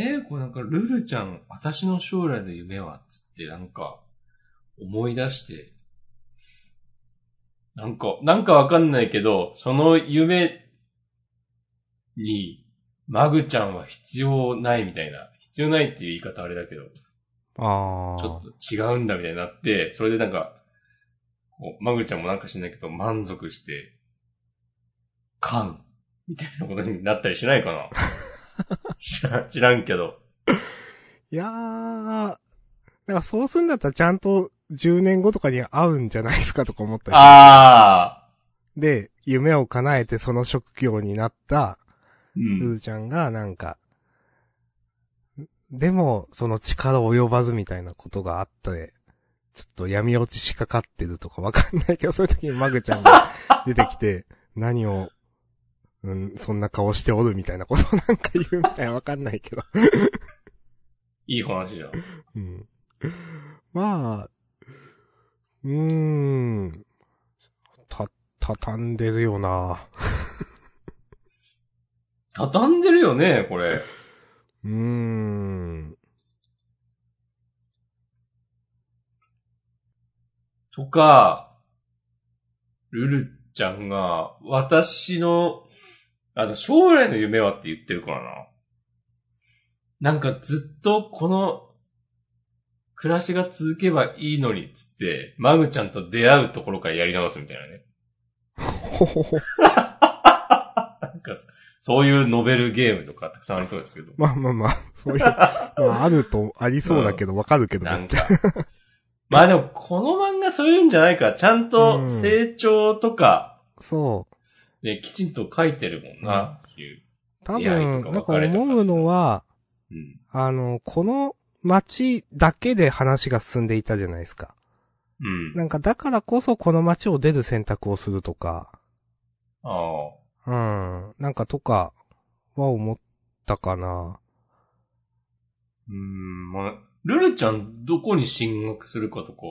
ええこれなんか、ルルちゃん、私の将来の夢は、つってなんか、思い出して、なんか、なんかわかんないけど、その夢に、マグちゃんは必要ないみたいな、必要ないっていう言い方あれだけど、ち
あ
ょ
あ
っ。と違うんだみたいになって、それでなんか、こうマグちゃんもなんかしないけど満足して、勘みたいなことになったりしないかな知らん、知らんけど。
いやー、なんかそうすんだったらちゃんと10年後とかに会うんじゃないですかとか思ったり。
ああ
で、夢を叶えてその職業になった、
う
ル
ん。
ーちゃんがなんか、でも、その力及ばずみたいなことがあって、ちょっと闇落ちしかかってるとかわかんないけど、そういう時にマグちゃんが出てきて、何を、うん、そんな顔しておるみたいなことをなんか言うみたいなわかんないけど。
いい話じゃん。
うん。まあ、うーん。た、畳んでるよな。
畳んでるよね、これ。
うーん。
とか、ルルちゃんが、私の、あの、将来の夢はって言ってるからな。なんかずっとこの、暮らしが続けばいいのに、つって、マグちゃんと出会うところからやり直すみたいなね。
ほほほ。
なんか、そういうノベルゲームとかたくさんありそうですけど。
まあまあまあ、
[LAUGHS]
そういう、まああると、ありそうだけど、わかるけど、
な
めっ
ん
ちゃ。
か。まあでも、この漫画そういうんじゃないから、ちゃんと成長とか、
そ
ね、きちんと書いてるもんな、っていう。
う。多
出会い
分、
と
なん
か
か
別れとか
思うのは、
うん。
あの、この街だけで話が進んでいたじゃないですか。
うん。
なんか、だからこそこの街を出る選択をするとか、
ああ。
うん。なんかとか、は思ったかな。
うーん、まあ、ルルちゃんどこに進学するかとか、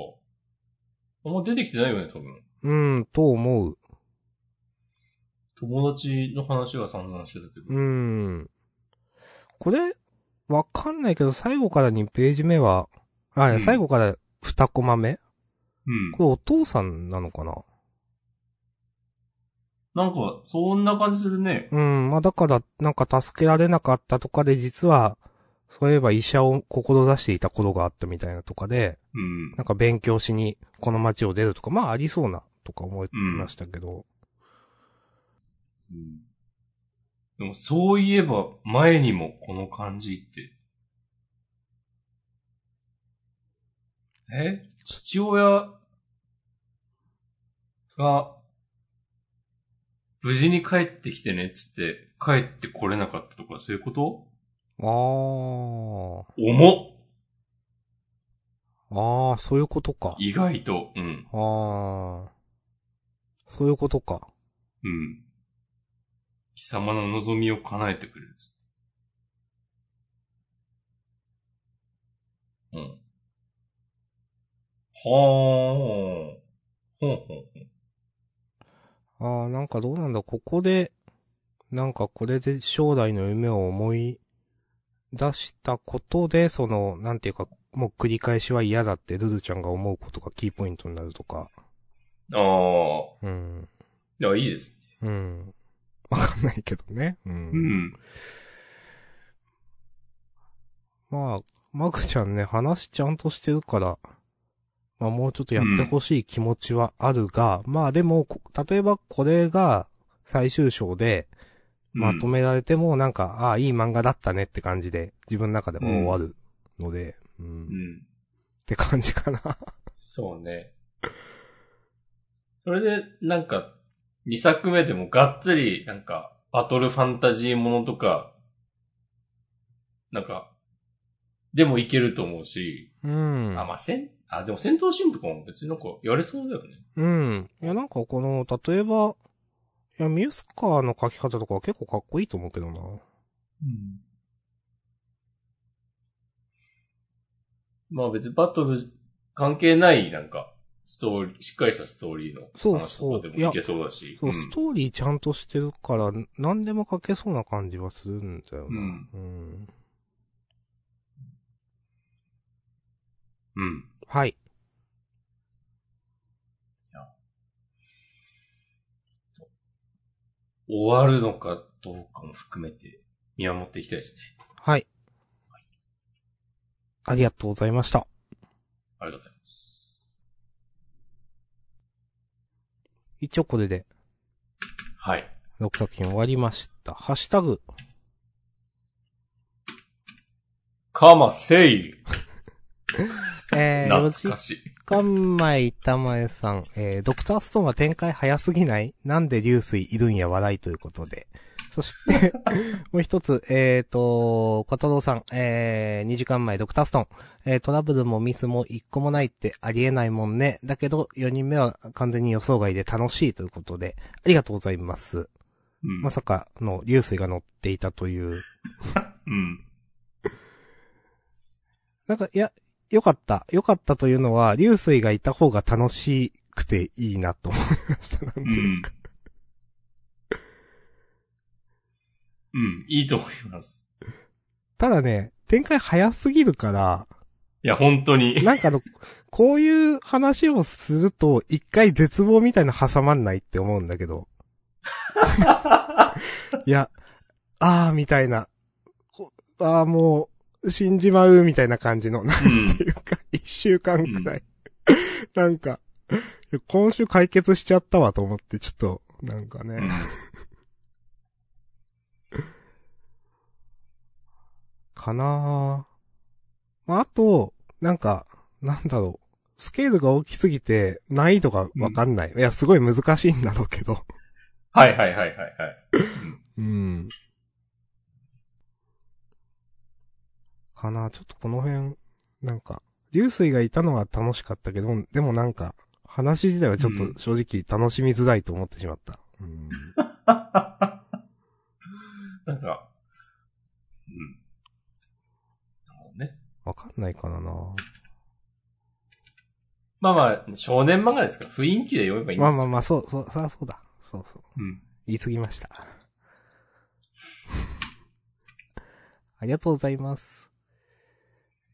あんま出てきてないよね、多分。
うん、と思う。
友達の話は散々してたけど。
うん。これ、わかんないけど、最後から2ページ目は、あ、いや
うん
最後から2コマ目
うん
これお父さんなのかな
なんか、そんな感じするね。
うん、まあだから、なんか助けられなかったとかで、実は、そういえば医者を志していた頃があったみたいなとかで、
うん。
なんか勉強しにこの街を出るとか、まあありそうなとか思いましたけど。
うんでも、そういえば、前にもこの感じって。え父親が、無事に帰ってきてね、つって、帰ってこれなかったとか、そういうこと
あ
重っ
あ、ああ、そういうことか。
意外と。うん。
ああ、そういうことか。
うん。貴様の望みを叶えてくれるっつって。うん。はあ。ほんほんほん。
ああ、なんかどうなんだ、ここで、なんかこれで将来の夢を思い出したことで、その、なんていうか、もう繰り返しは嫌だってルルちゃんが思うことがキーポイントになるとか。
ああ。
うん。
いや、いいです。
うん。わかんないけどね。う
う
ん。
ん。
まあ、マグちゃんね、話ちゃんとしてるから、まあもうちょっとやってほしい気持ちはあるが、まあでも、こ例えばこれが最終章で、まとめられても、なんか、ああ、いい漫画だったねって感じで、自分の中でも終わるので、うん、
う
っ
ん。
て感じかな。
そうね。それで、なんか、2作目でもがっつり、なんか、バトルファンタジーものとか、なんか、でもいけると思うし、
うん。
あ、まあ、戦、あ、でも戦闘シーンとかも別になんかやれそうだよね。
うん。いや、なんかこの、例えば、いや、ミュースカーの書き方とかは結構かっこいいと思うけどな。
まあ別にバトル関係ないなんか、ストーリー、しっかりしたストーリーの
そう
話とかで
そういや
もいけそうだし。
そう、
ん
ストーリーちゃんとしてるから、何でも書けそうな感じはするんだよ
う
な。
ん。
うん。
うん。
はい。
終わるのかどうかも含めて見守っていきたいですね。
はい。ありがとうございました。
ありがとうございます。
一応これで
はい。
6作品終わりました。ハッシュタグ。
かませい
えー、
懐かしい。
ガンマイ玉江さん、えー、ドクターストーンは展開早すぎないなんで流水いるんや笑いということで。そして、 [LAUGHS] もう一つ、えーと、小太郎さん、えー、2時間前ドクターストーン、えー、トラブルもミスも一個もないってありえないもんね。だけど、4人目は完全に予想外で楽しいということで、ありがとうございます。
うん
まさかの流水が乗っていたという。
うん。
なんか、いや、良かった。良かったというのは、流水がいた方が楽しくていいなと思いました。なんて
う
いうんか。。
うん、いいと思います。
ただね、展開早すぎるから、
いや、本当に。
なんかあの、こういう話をすると、一回絶望みたいな挟まんないって思うんだけど。いや、あーみたいな。こあーもう、死んじまうみたいな感じの、なん
うん。
ていうか、 [LAUGHS] 一週間くらい。なんか、いや今週解決しちゃったわと思って、ちょっと、なんかね。かなぁ。まあ、あと、なんか、なんだろう。スケールが大きすぎて、難易度がわかんない。いや、すごい難しいんだろうけど。
はいはいはいはいはい。
うん。 [LAUGHS] かなぁちょっとこの辺、なんか、流水がいたのは楽しかったけど、でもなんか、話自体はちょっと正直楽しみづらいと思ってしまった。うん。
なんか、うん。なるほどね。
わかんないからなぁ
まあまあ、少年漫画ですから、雰囲気で読めばいいんです
まあ
よ。
まあまあ、そう、そう、そりゃそうだ。そうそう。
うん。
言い過ぎました。 [LAUGHS] ありがとうございます。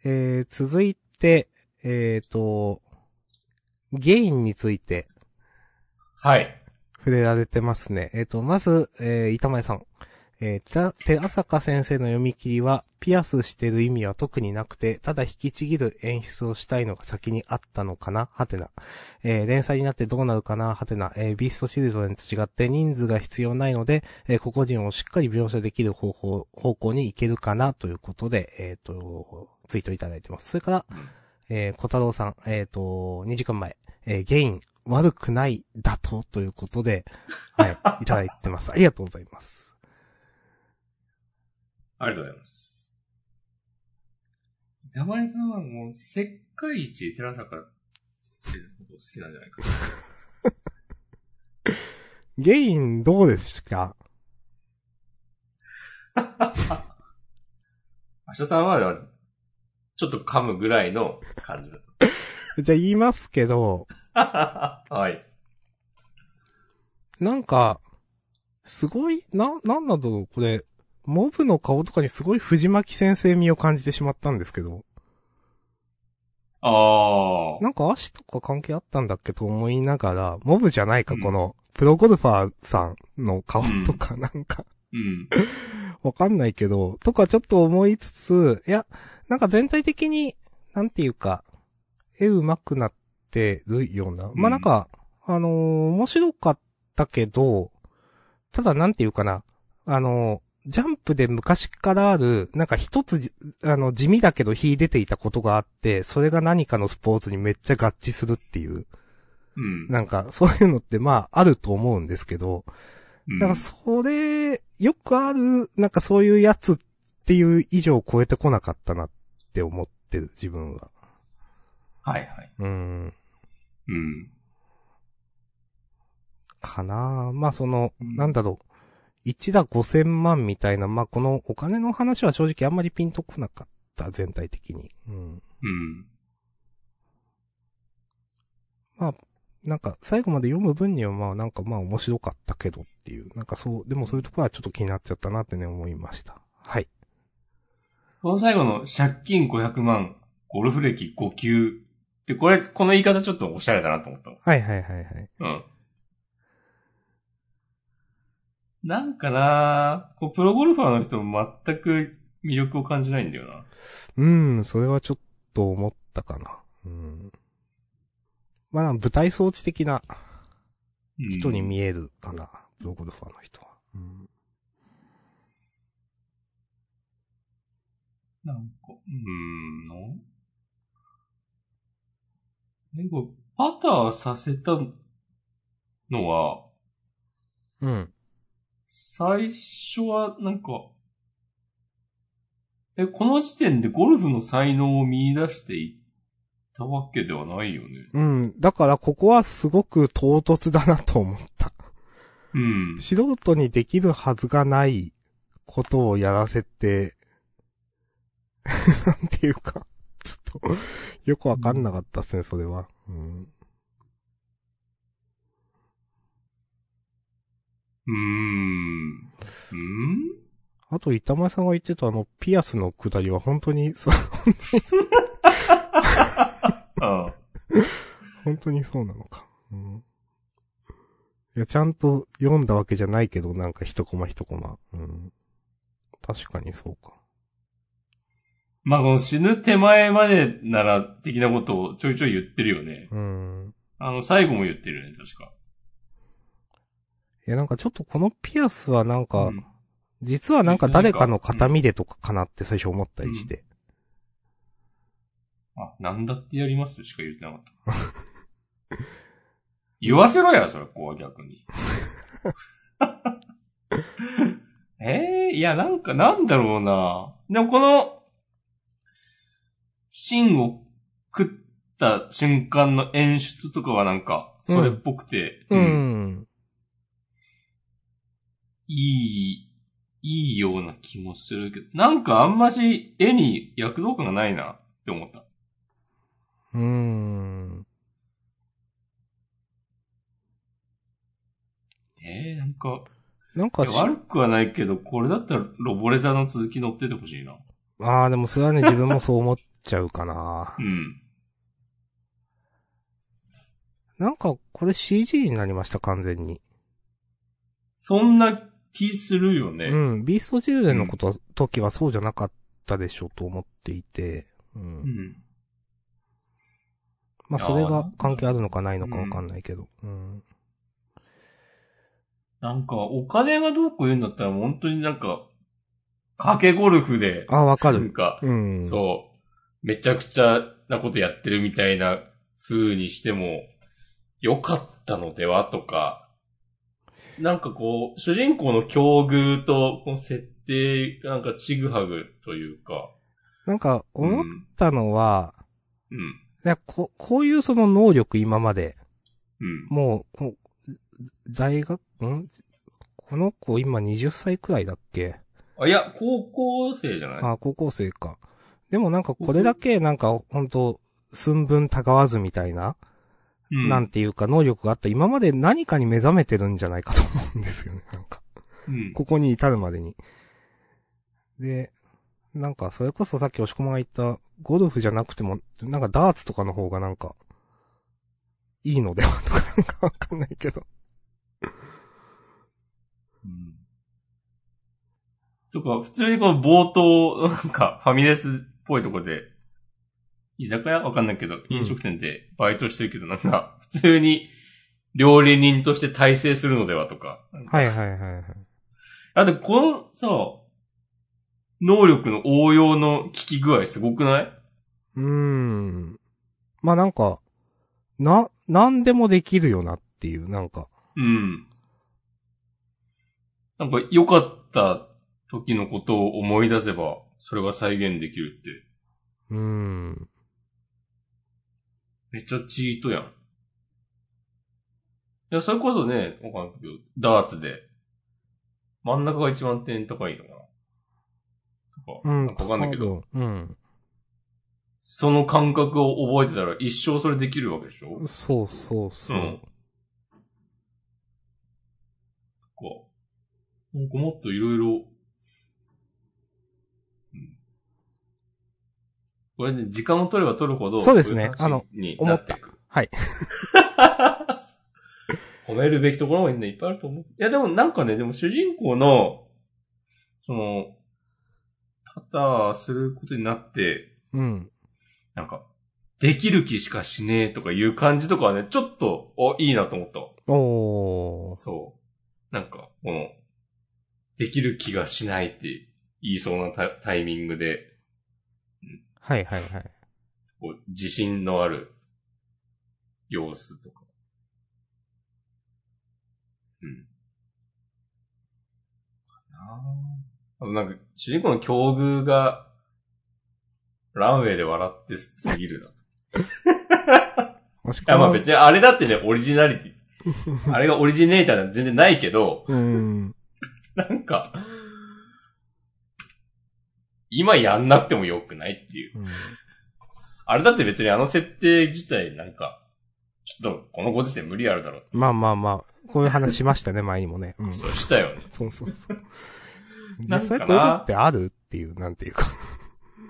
えー、続いて、えーと、ゲインについて
はい。
触れられてますね。えーと、まず、えー、板前さん。えー、た、寺坂先生の読み切りは、ピアスしてる意味は特になくて、ただ引きちぎる演出をしたいのが先にあったのかなはてな。えー連載になってどうなるかなはてな。えービーストシルドレンと違って人数が必要ないので、えー個々人をしっかり描写できる方法、方向に行けるかなということで、えっ、と、ツイートいただいてます。それから、えー小太郎さん、えっ、と、2時間前、えーゲイン、悪くない、だと、ということで、はい、いただいてます。あり [LAUGHS] がとうございます。
ありがとうございます。ダマリさんはもう、世界一寺坂先生のこと好きなんじゃないかな。
ゲインどうですか
明日さんは、ちょっと噛むぐらいの感じだと。
じゃあ言いますけど、 [LAUGHS]
はい。
なんか、すごい、な、なんだろう、これ、モブの顔とかにすごい藤巻先生味を感じてしまったんですけど、
ああ。
なんか足とか関係あったんだっけと思いながら、モブじゃないか、この、プロゴルファーさんの顔とかなんか、
うん。
わかんないけど、とかちょっと思いつつ、いや、なんか全体的に、なんていうか、絵上手くなってるような。まあ、
うん
なんか、あのー面白かったけど、ただなんていうかな、あのージャンプで昔からある、なんか一つじ、あの、地味だけど秀でていたことがあって、それが何かのスポーツにめっちゃ合致するっていう、
うん。
なんか、そういうのってまあ、あると思うんですけど、
うん
だからそれ、よくある、なんかそういうやつっていう以上超えてこなかったなって思ってる、自分は。
はいはい。
うん。
うん。
かなぁまあその、
うん
なんだろう。1打5000万みたいな、まあこのお金の話は正直あんまりピンとこなかった、全体的に。うん。
うん。
まあ、なんか最後まで読む分にはまあなんかまあ面白かったけどっていう、なんかそう、でもそういうところはちょっと気になっちゃったなってね思いました。はい。
この最後の借金500万、ゴルフ歴5級。で、これ、この言い方ちょっとおしゃれだなと思ったの。
はいはいはいはい。
うん。なんかなこうプロゴルファーの人全く魅力を感じないんだよな。
うん、それはちょっと思ったかな。うん。まあ舞台装置的な人に
うん
見えるかな、プロゴルファーの人は。うん。
なんか、うーん、のえ、これ、パターさせたのは、
うん。
最初は、なんか、え、この時点でゴルフの才能を見出していったわけではないよね。
うん。だからここはすごく唐突だなと思った。
うん。
素人にできるはずがないことをやらせて、 [LAUGHS] なんていうか、ちょっと、よくわかんなかったっすね、それは。うん。
うーん。うん
あと、板前さんが言ってたあの、ピアスのくだりは本当に、そう、
ああ
本当にそうなのか。うん。いや、ちゃんと読んだわけじゃないけど、なんか一コマ一コマ。うん。確かにそうか。
まあ、この死ぬ手前までなら的なことをちょいちょい言ってるよね。
うん。
あの、最後も言ってるよね、確か。
いや、なんかちょっとこのピアスはなんか、
うん
実はなんか誰かの形見でとかかなって最初思ったりして。
あ、なんだってやりますしか言ってなかった。 [LAUGHS] 言わせろや、それ、こうは逆に。 [LAUGHS] ええいや、なんか、なんだろうな。でも、この、芯を食った瞬間の演出とかはなんか、それっぽくて、
うん。
うんいい、いいような気もするけど、なんかあんまし絵に躍動感がないなって思った。
うん。
ええなんか、
なん
い
か
や
し、
悪くはないけど、これだったらロボレザの続き乗っててほしいな。
ああ、でもそれはね、自分もそう思っちゃう
[LAUGHS]
かな
う。ん。
なんか、これ CG になりました、完全に。
そんな気するよね。
うん。ビーストチルデンのことは、時はそうじゃなかったでしょうと思っていて。う。
うんん。
ま
い
あ、
やー
それが関係あるのかないのかわかんないけど。うん。
なんか、お金がどうこう言うんだったら、本当になんか、賭けゴルフで、
ああ、わか
なん
る。
か、
うん。
そう、めちゃくちゃなことやってるみたいな風にしても、良かったのではとか、なんかこう、主人公の境遇と、この設定がなんかちぐはぐというか、
なんか、思
う
っ
ん
たのは、
うん。
いや、こ、こういうその能力今まで、
うん。
もう、こう、大学、んこの子今20歳くらいだっけ
あ、いや、高校生じゃない
あ、高校生か。でもなんかこれだけなんか本当寸分たがわずみたいな、
うん
なんていうか能力があった今まで何かに目覚めてるんじゃないかと思うんですよね、なんか。
うん。
ここに至るまでに。で、なんかそれこそさっき押し込まが言った、ゴルフじゃなくても、なんかダーツとかの方がなんか、いいのではと [LAUGHS] かなんかわかんないけど。
うんとか、普通にこの冒頭、なんか、ファミレスっぽいとこで、居酒屋わかんないけど、飲食店でバイトしてるけど、なんか、普通に料理人として体制するのではとか。
はいはいはいはい。
あと、このさ、能力の応用の効き具合すごくないう
ーん。まあなんか、な、なんでもできるよなっていう、なんか。
うん。なんか良かった時のことを思い出せば、それが再現できるって、
うーん。
めっちゃチートやん。いや、それこそね、わかんないけど、ダーツで、真ん中が一番点高いのかなとか、
うん。
なんかわかんないけど、
多分。
その感覚を覚えてたら一生それできるわけでしょ
うん。そうそうそう。
うんこう。なんかもっといろいろ、うんこれね、時間を取れば取るほど、
そうですね
こい話
あの
に
思
な
って
いく。
はい。
[LAUGHS] 褒めるべきところもね、いっぱいあると思う。いや、でもなんかね、でも主人公の、その、パターすることになって、
うん。
なんか、できる気しかしねえとかいう感じとかはね、ちょっと、お、いいなと思ったわ。
おー。
そう。なんか、この、できる気がしないって言いそうなタタイミングで、
はいはいはい。
こう、自信のある様子とか。うん。かなぁあとなんか、主人公の境遇が、ランウェイで笑ってすすぎるな。い
もしく
や、まあ
は。
別にあれだってね、オリジナ [LAUGHS] リティ。あれがオリジネーターなんて全然ないけど、
うん。
なんか、今やんなくてもよくないっていう。
うん
あれだって別にあの設定自体なんか、ちょっとこのご時世無理あるだろう。
まあまあまあ、こういう話しましたね、前にもね。うん。
そうしたよね。
そうそうそう。
な
実
んかな
際こういうのってあるっていう、なんていうか。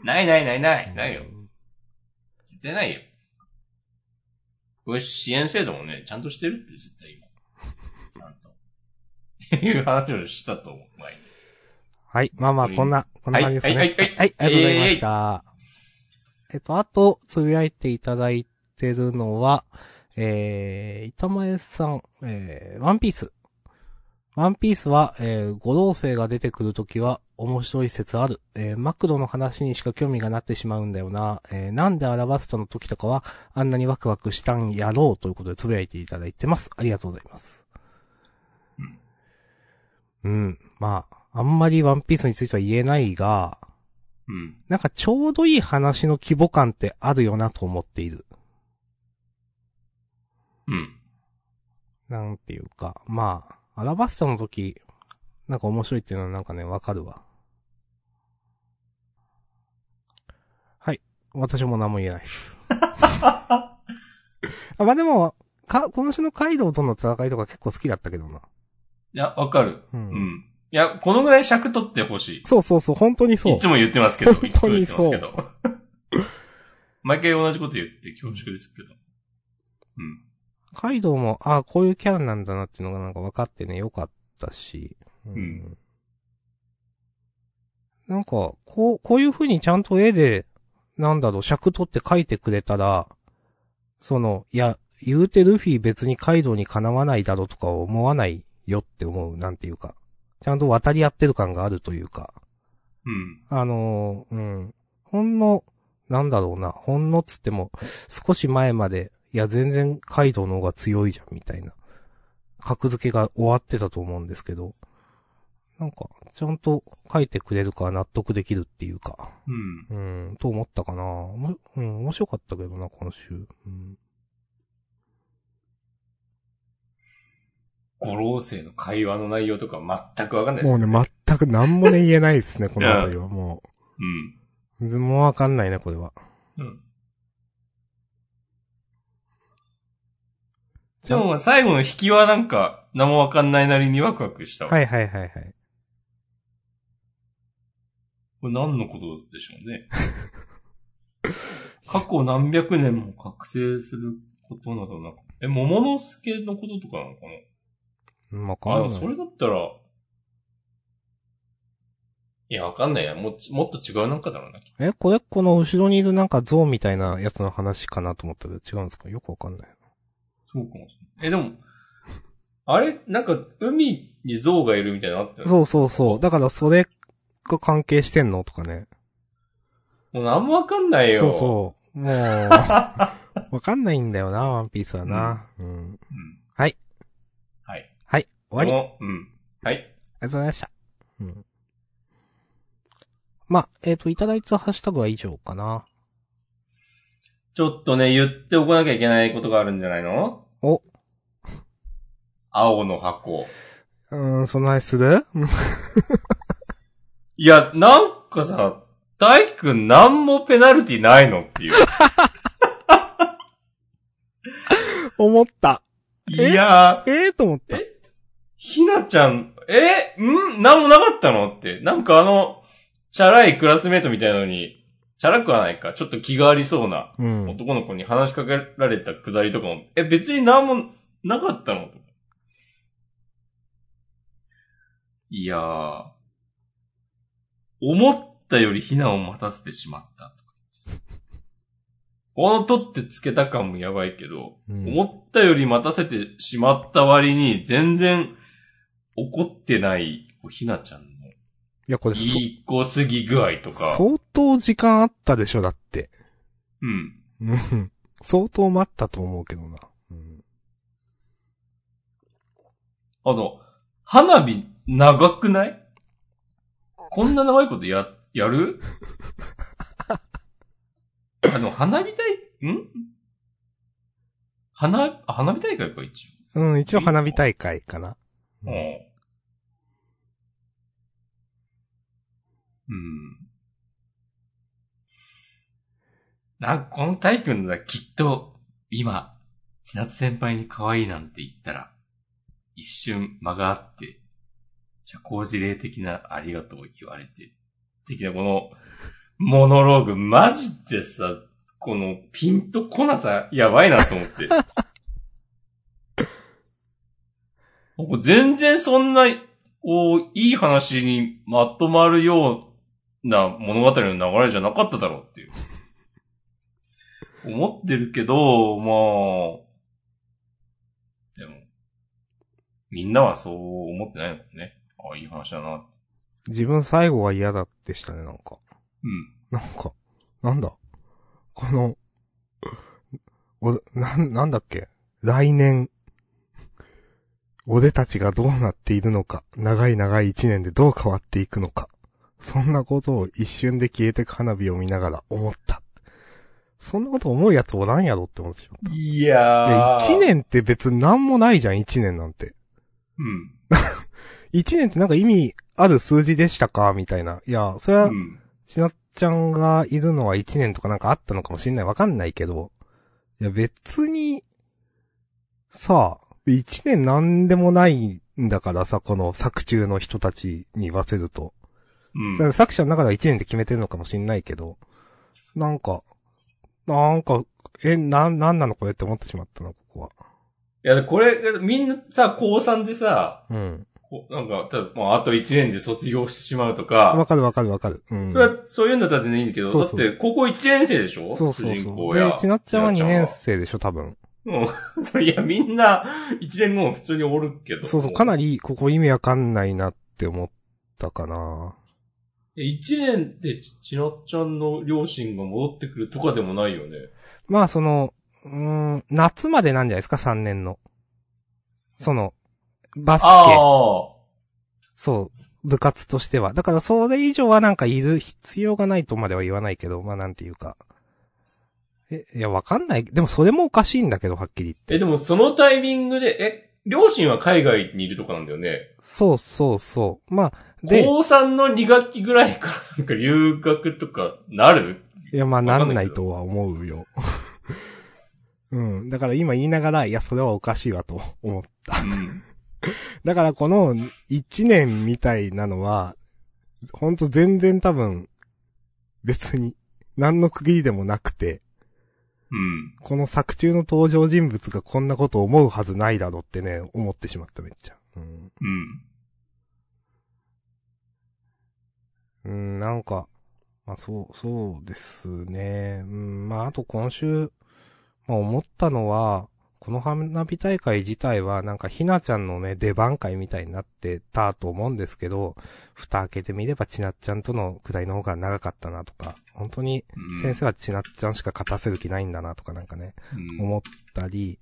ないないないない、ないよ。絶対ないよ。これ支援制度もね、ちゃんとしてるって絶対 [LAUGHS] 今。ちゃんと。っていう話をしたと思う。前に
はい。まあまあ、こんな、こんな感じですかね。
はいはいはい
はい、ありがとうございました。えっと、あと、つぶやいていただいてるのは、えー、板前さん、えー、ワンピース。ワンピースは、えー、五老星が出てくるときは、面白い説ある。えー、マクロの話にしか興味がなってしまうんだよな。えー、なんでアラバストの時とかは、あんなにワクワクしたんやろうということでつぶやいていただいてます。ありがとうございます。うん。まあ、あんまりワンピースについては言えないが、
うん。
なんかちょうどいい話の規模感ってあるよなと思っている。
うん。
なんていうか、まあ、アラバスタの時、なんか面白いっていうのはなんかね、わかるわ。はい。私も何も言えない [LAUGHS] です。あまあでも、か、今週のカイドウとの戦いとか結構好きだったけどな。
いや、わかる。
うん。
うん。いや、このぐらい尺取ってほしい。
そうそうそう、本当にそう。
いつも言ってますけど、
本
いつ
当
も言
に
って
そ
ま
う
すけど。 [LAUGHS] 毎回同じこと言って恐縮ですけど。うん。
カイドウも、ああ、こういうキャラなんだなっていうのがなんか分かってね、良かったし。う
うん
なんか、こう、こういう風にちゃんと絵で、なんだろう、尺取って書いてくれたら、その、いや、言うてルフィ別にカイドウにかなわないだろうとか思わないよって思う、なんていうか。ちゃんと渡り合ってる感があるというか。
うん。
あのーうん。ほんの、なんだろうな、ほんのっつっても、少し前まで、いや、全然カイドウの方が強いじゃん、みたいな。格付けが終わってたと思うんですけど、なんか、ちゃんと書いてくれるから納得できるっていうか、
うん。
うん、と思ったかな。おもうん、面白かったけどな、今週。うん。
五老星の会話の内容とか全くわかんないです
もう
よ
ね、全く何もね、言えないですね、この辺りは。も
うん。
う、もうわかんないね、これは。
うん。でも最後の引きはなんか何もわかんないなりにワクワクしたわ。。
はいいはいはいはい。
これ何のことでしょうね。 [LAUGHS] 過去何百年も覚醒することなどなく。え、桃之助のこととかなのかな
うんわか
あ、
んない
そ。れだったら、いや、わかんないや。もっち、もっと違うなんかだろうな、きっと
え、これ、この後ろにいるなんか像みたいなやつの話かなと思ったけど、違うんですかよくわかんない。
そうかもしれない。え、でも、あれ、なんか、海に象がいるみたいなのあったよね
そうそうそう。だから、それが関係してんのとかね。
もう何もわかんないよ。
そうそう。
[LAUGHS]
もう、わかんないんだよな、ワンピースはな。うん。
うん。
はい。
はい。
はい、終わり。
りうん。はい。
ありがとうございました。うん。まあ、えっ、と、いただいたハッシュタグは以上かな。
ちょっとね、言っておかなきゃいけないことがあるんじゃないの
お。
青の箱。
うーん、その話する [LAUGHS] うん
いや、なんかさ、大輝くんなんもペナルティないのっていう。
思った。
いや
[LAUGHS] ええー、と思った。
ー、ひなちゃん、え、んなんもなかったのって。なんかあの、チャラいクラスメートみたいなのに、チャラくはないか。ちょっと気がありそうな
うん。
男の子に話しかけられたくだりとかも、え、別になんもなかったのいやー、思ったよりひなを待たせてしまった。この取ってつけた感もやばいけど、
うん
思ったより待たせてしまった割に、全然怒ってない、ひなちゃんの、
いや、これそ、
いい子すぎ具合とか、
相当時間あったでしょ、だって。
うん。
うん。相当待ったと思うけどな。うん。
あの、花火長くないこんな長いことや、やる [LAUGHS] あの、花火大、ん花、あ花火大会か、一応。
うん、一応花火大会かな。
う
うんん。
なんか、このタイ君ならきっと、今、千夏先輩に可愛いなんて言ったら、一瞬間があって、社交辞令的なありがとうを言われて、的なこの、モノローグ、マジでさ、このピンとこなさ、やばいなと思って。なんか全然そんな、こう、いい話にまとまるような物語の流れじゃなかっただろうっていう。 [LAUGHS] 思ってるけど、まあ、でも、みんなはそう思ってないもんね。ああ、いい話だなって。
自分最後は嫌だでしたね、なんか。
うん。
なんか、なんだこの、お、なん、なんだっけ来年、俺たちがどうなっているのか、長い長い一年でどう変わっていくのか、そんなことを一瞬で消えてく花火を見ながら思った。そんなこと思うやつおらんやろって思ってしまった。
いや
いや、一年って別になんもないじゃん、一年なんて。
うん。
一年ってなんか意味ある数字でしたかみたいな。いや、それは
うん。
しなっちゃんがいるのは1年とかなんかあったのかもしんない。わかんないけど。いや別に、さあ、1年なんでもないんだからさ、この作中の人たちに言わせると。
うん
だから作者の中では1年で決めてるのかもしんないけど。なんか、なんか、え、なん、なんなのこれって思ってしまったな、ここは。
いや、これ、みんなさ、高3でさ、
うん。
こうなんか、ただ、まあ、あと1年で卒業してしまうとか、
わかるわかるわかる。うん。
それは、そういうんだったら全然いいんだけど、
そうそう
だって、高校1年生でしょ
そうそう
主人
そ
公
う。で
や。、
ちなっちゃんは2年
生
生でしょ、多分。。
うん [LAUGHS] そう。いや、みんな、1年後も普通におるけど。
そうそう、かなり、ここ意味わかんないなって思ったかな。
り。1年でち、ちなっちゃんの両親が戻ってくるとかでもないよね。
まあその、うーん、夏までなんじゃないですか、3年の。その、バスケ、
ああ。
そう、部活としては。だからそれ以上はなんかいる必要がないとまでは言わないけど、まあなんていうか。え、いや、わかんない。でもそれもおかしいんだけど、はっきり言って。
え、でもそのタイミングで、え、両親は海外にいるとかなんだよね。
そうそうそう。まあ、で、
高3の2学期ぐらいからなんか留学とかな
[LAUGHS]
る
いや、まあ、
わ
な
かん
ん
な
ないい
けど
とは思うよ。 [LAUGHS] うん。だから今言いながら、いや、それはおかしいわと思った。
うん。
だからこの1年みたいなのは、ほんと全然多分、別に、何の区切りでもなくて、
うん。
この作中の登場人物がこんなこと思うはずないだろってね、思ってしまっためっちゃ。うん。
うん。
うん、なんか、まあそう、そうですね。うん、まああと今週、まあ思ったのは、この花火大会自体はなんかひなちゃんのね、出番会みたいになってたと思うんですけど、蓋開けてみればちなっちゃんとのくだりの方が長かったなとか、本当に
うん
先生はちなっちゃんしか勝たせる気ないんだなとかなんかね、
うん
思ったり、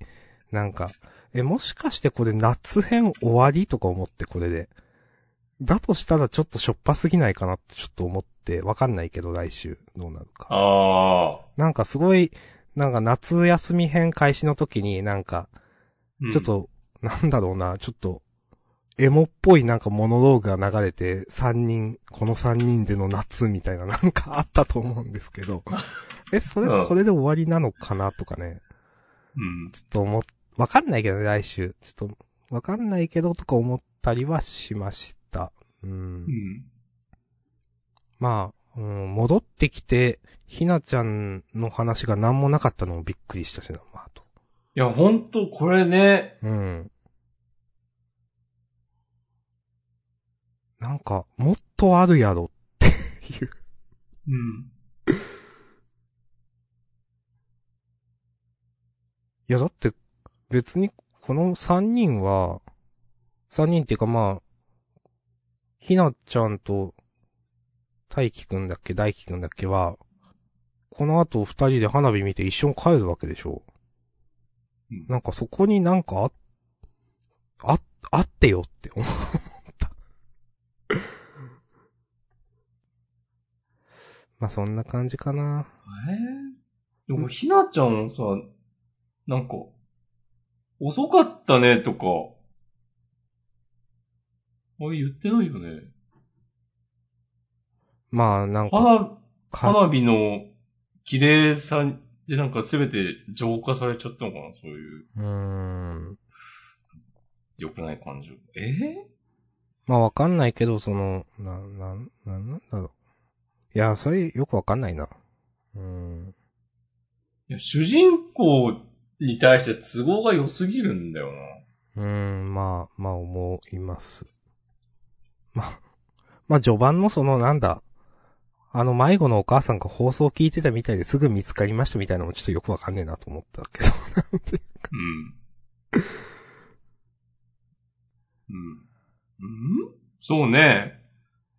なんか、え、もしかしてこれ夏編終わりとか思ってこれで。だとしたらちょっとしょっぱすぎないかなってちょっと思って、わかんないけど来週どうなるか。
ああ。
なんかすごい、なんか夏休み編開始の時になんか、
うん
ちょっ。と、なんだろうな、ちょっと、エモっぽいなんかモノローグが流れて、三人、この三人での夏みたいななんかあったと思うんです
[LAUGHS]
けど、え、それ、
うん
これで終わりなのかなとかね、
うん。
ちょっと思っ、わかんないけどね、来週。ちょっと、わかんないけどとか思ったりはしました。うん
うん。
まあ、うん、戻ってきて、ひなちゃんの話が何もなかったのもびっくりしたしな、まあ、と。
いや、ほんと、これね、
うん。なんか、もっとあるやろっていう。
うん。
いや、だって、別に、この三人は、三人っていうかまあ、ひなちゃんと、大輝くんだっけ、大輝くんだっけは、この後二人で花火見て一緒に帰るわけでしょ
うん。
なんかそこになんかあ、あ、あってよって思った。 [LAUGHS] まあそんな感じかな。
えー、でも、ひなちゃんさ、なんか、遅かったね、とか。あれ言ってないよね。
まあなんか、
花、
か
花火の綺麗さでなんか全て浄化されちゃったのかなそういう
うーん。
良くない感情。えー、
まあわかんないけど、その、な、なん、なんなんだろう。いや、それよくわかんないな。うーん。
いや主人公に対して都合が良すぎるんだよな。
うーん、まあ、まあ思います。まあ、まあ序盤のその、なんだ、あの迷子のお母さんが放送聞いてたみたいですぐ見つかりましたみたいなのもちょっとよくわかんねえなと思ったけど。
うん。うん。うんそうね。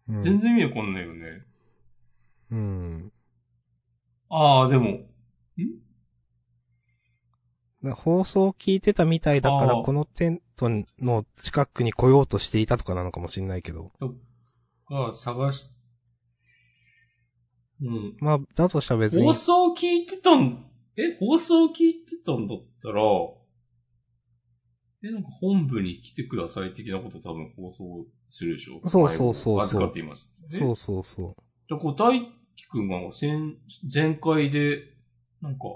うん
全然意味わかんないよね。
うん。
ああ、でも。
だ放送聞いてたみたいだから、
あー
このテントの近くに来ようとしていたとかなのかもしれないけど。
が探し、うん。
まあ、だとしたら別に
放。送聞いてたん、え、放送聞いてたんだったら、え、なんか本部に来てください的なこと多分放送するでしょ
そうそうそうそう
前も預かっていますってね。
そうそうそう。
じゃあ、こう、大輝くんが前、前回で、なんか、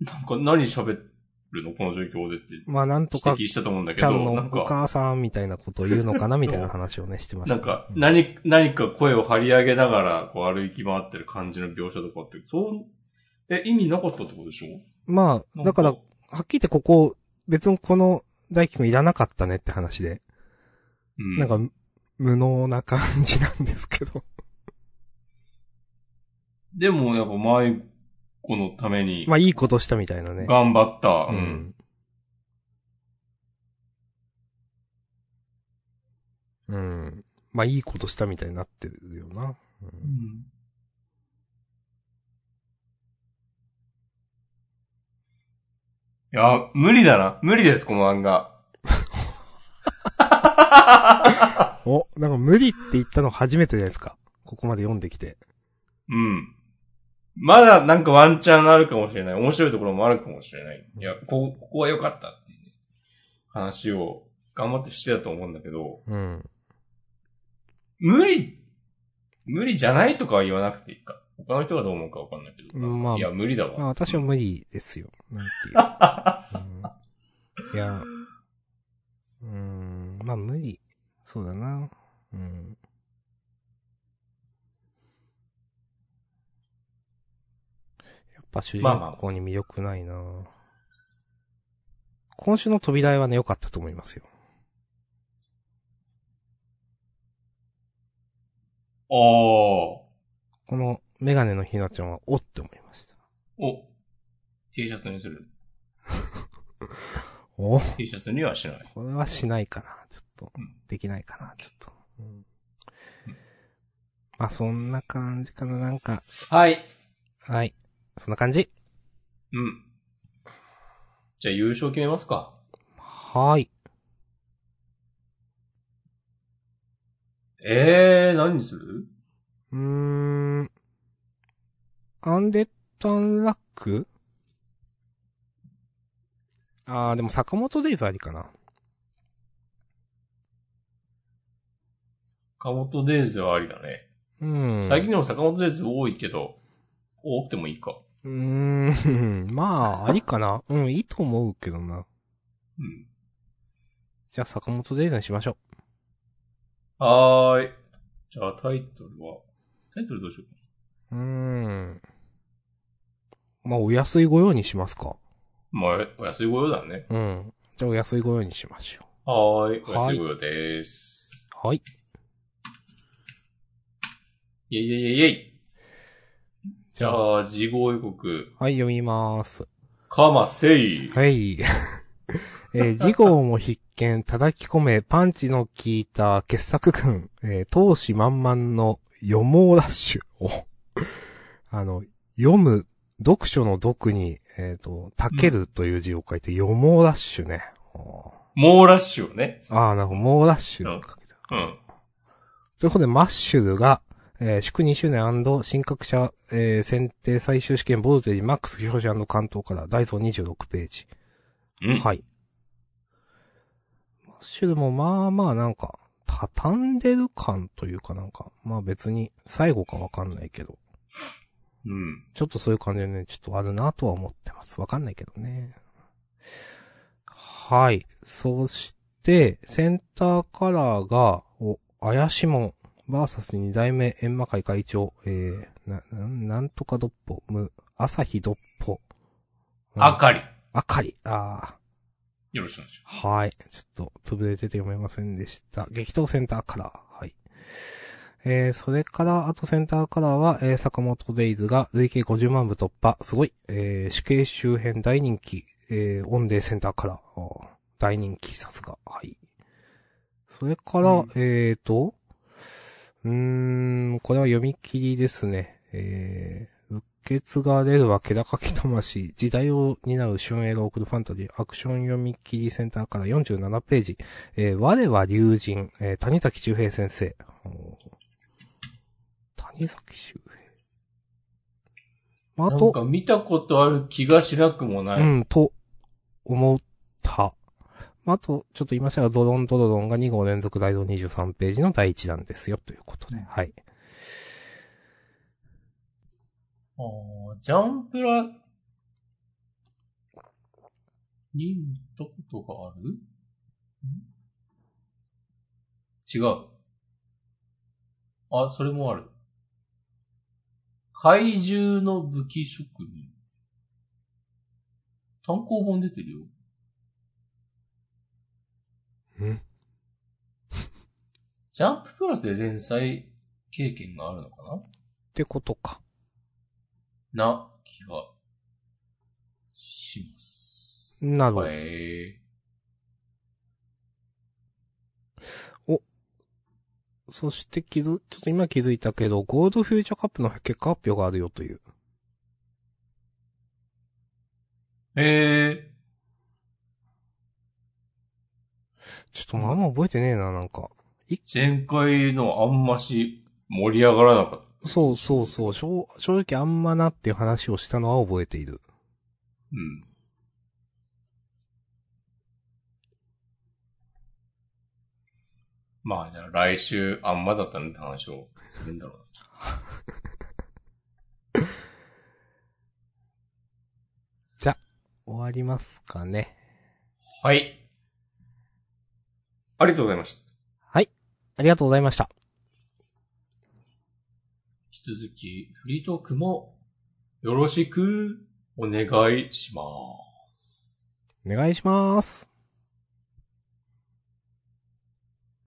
なんか何喋るのこの状況でって
まあ、なんとか
指摘したと思うんだけ
ちゃ
ど、
んの
なん
お
か、
母さんみたいなことを言うのかなみたいな話をね、してました。
なんか、
うん
何、何か声を張り上げながら、こう歩き回ってる感じの描写とかって、そう、え、意味なかったってことでしょ
まあ、だから、
なん
はっきり言ってここ、別にこの大輝くんいらなかったねって話で。
うん。
なんか、無能な感じなんですけ
[LAUGHS]
ど。
でも、やっぱ、迷子のために
ま、あ、いいことしたみたいなね。
頑張った。う
う
ん。
ん。うん。まあ、いいことしたみたいになってるよな。うん
うんいや、無理だな。無理です、この漫画。
お、なんか無理って言ったの初めてじゃないですか。ここまで読んできて。
うん。まだなんかワンチャンあるかもしれない。面白いところもあるかもしれない。いや、こここは良かったっていう、ね、話を頑張ってしてたと思うんだけど、
うん。
無理、無理じゃないとかは言わなくていいか。他の人がどう思うかわかんないけど。
うんまあ
いや、無理だわ。
まあ私は無理ですよ。なんていう。うん、いや、うーん、まあ無理。そうだな。うん。やっぱ主人
まあまあ
公に魅力ないな、今週の扉絵はね、良かったと思いますよ。
あー。お、
このメガネのひなちゃんは、おって思いました。
T シャツにする。
お
T シャツにはしない。
これはしないかな、ちょっと
うん。
できないかな、ちょっと。うんまあ、そんな感じかな、なんか。
はい。
はい。そんな感じ
うん。じゃあ優勝決めますか。
はーい。
えー、何にする
うーん。アンデッド・アンラックあー、でも坂本デイズありかな。
坂本デイズはありだね。
うん。
最近でも坂本デイズ多いけど、多くてもいいか。
うーん。 [LAUGHS] まあ、ありか
[LAUGHS]
な。うん、いいと思うけどな。
うん。
じゃあ坂本デイズにしましょ
はーい。じゃあタイトルは、タイトルどうしようか。
う。うーん。まあ、お安いご用にしますか。
まあ、お安いご用だね。
うん。じゃあお安いご用にしましょ
はーい。お
は
安
い
いご用です。
う。はい。
イェイイェイイェイイェイ。じ
じゃ
ゃ
あ、
あ、事後予告。
はい、読みます。
かませい。
はい。 [LAUGHS] えー、事後も必見、叩き込め、パンチの効いた傑作群、えー、闘志満々の予毛ラッシュを、 [LAUGHS] あの、読む、読書の読に、えっ、と、たけるという字を書いて、予毛ラッシュね。
猛ラッシュをね。
ああ、なるほど、猛ラッシュをかけた。
うん。
ということで、マッシュルが、えー祝2周年新格者、えー選定最終試験ボルテージマックス表示関東からダイソー26ページ。
うん。
はい。マッシュルもまあまあなんか、畳んでる感というかなんか、まあ別に最後かわかんないけど、
うん。
ちょっとそういう感じでね、ちょっとあるなとは思ってます。わかんないけどね。はい。そして、センターカラーが、お、怪しもん、バーサス二代目閻魔会会長、えー、な、なんなんとかどっぽ、む、朝日どっぽ。うん
あ。かり。
あかり。あー。
よろしくお願いします。
はい。ちょっと、潰れてて読めませんでした。激闘センターカラー。はい。えー、それから、あとセンターカラーは、えー、坂本デイズが累計50万部突破。すごい。えー、死刑周辺大人気。えー、オンデーセンターカラー。あー大人気、さすが。はい。それから、
うん
えーと、うーん、これは読み切りですね。えー、う受け継がれるは気高き魂、時代を担う春英が送るファンタジー、アクション読み切りセンターから47ページ、えー我は竜人、えー谷崎周平先生。おー谷崎周平。あ
なん
と、
か見たことある気がしなくもな
う
い。
ん、と、思った。あと、ちょっと言いましたが、ドロンドロロンが2号連続大道23ページの第1弾ですよ、ということで。はい。
あージャンプラに見たことがあるん違う。あ、それもある。怪獣の武器職人。単行本出てるよ。
うん
ジャンププラスで連載経験があるのかな
ってことか。
な気がします。
なるほど。
はい。
そして気づ、ちょっと今気づいたけど、ゴールドフューチャーカップの結果発表があるよという。
えー、
ちょっとまああんま覚えてねえな、なんか。
前回のあんまし盛り上がらなかった。
そうそうそう、正正直あんまなっていう話をしたのは覚えている。
うん。まあじゃあ来週あんまだったねって話をするんだろうな。
終わりますかね。
はい。ありがとうございました。
ありがとうございました。
引き続きフリートークもよろしくお願いします。
お願いします。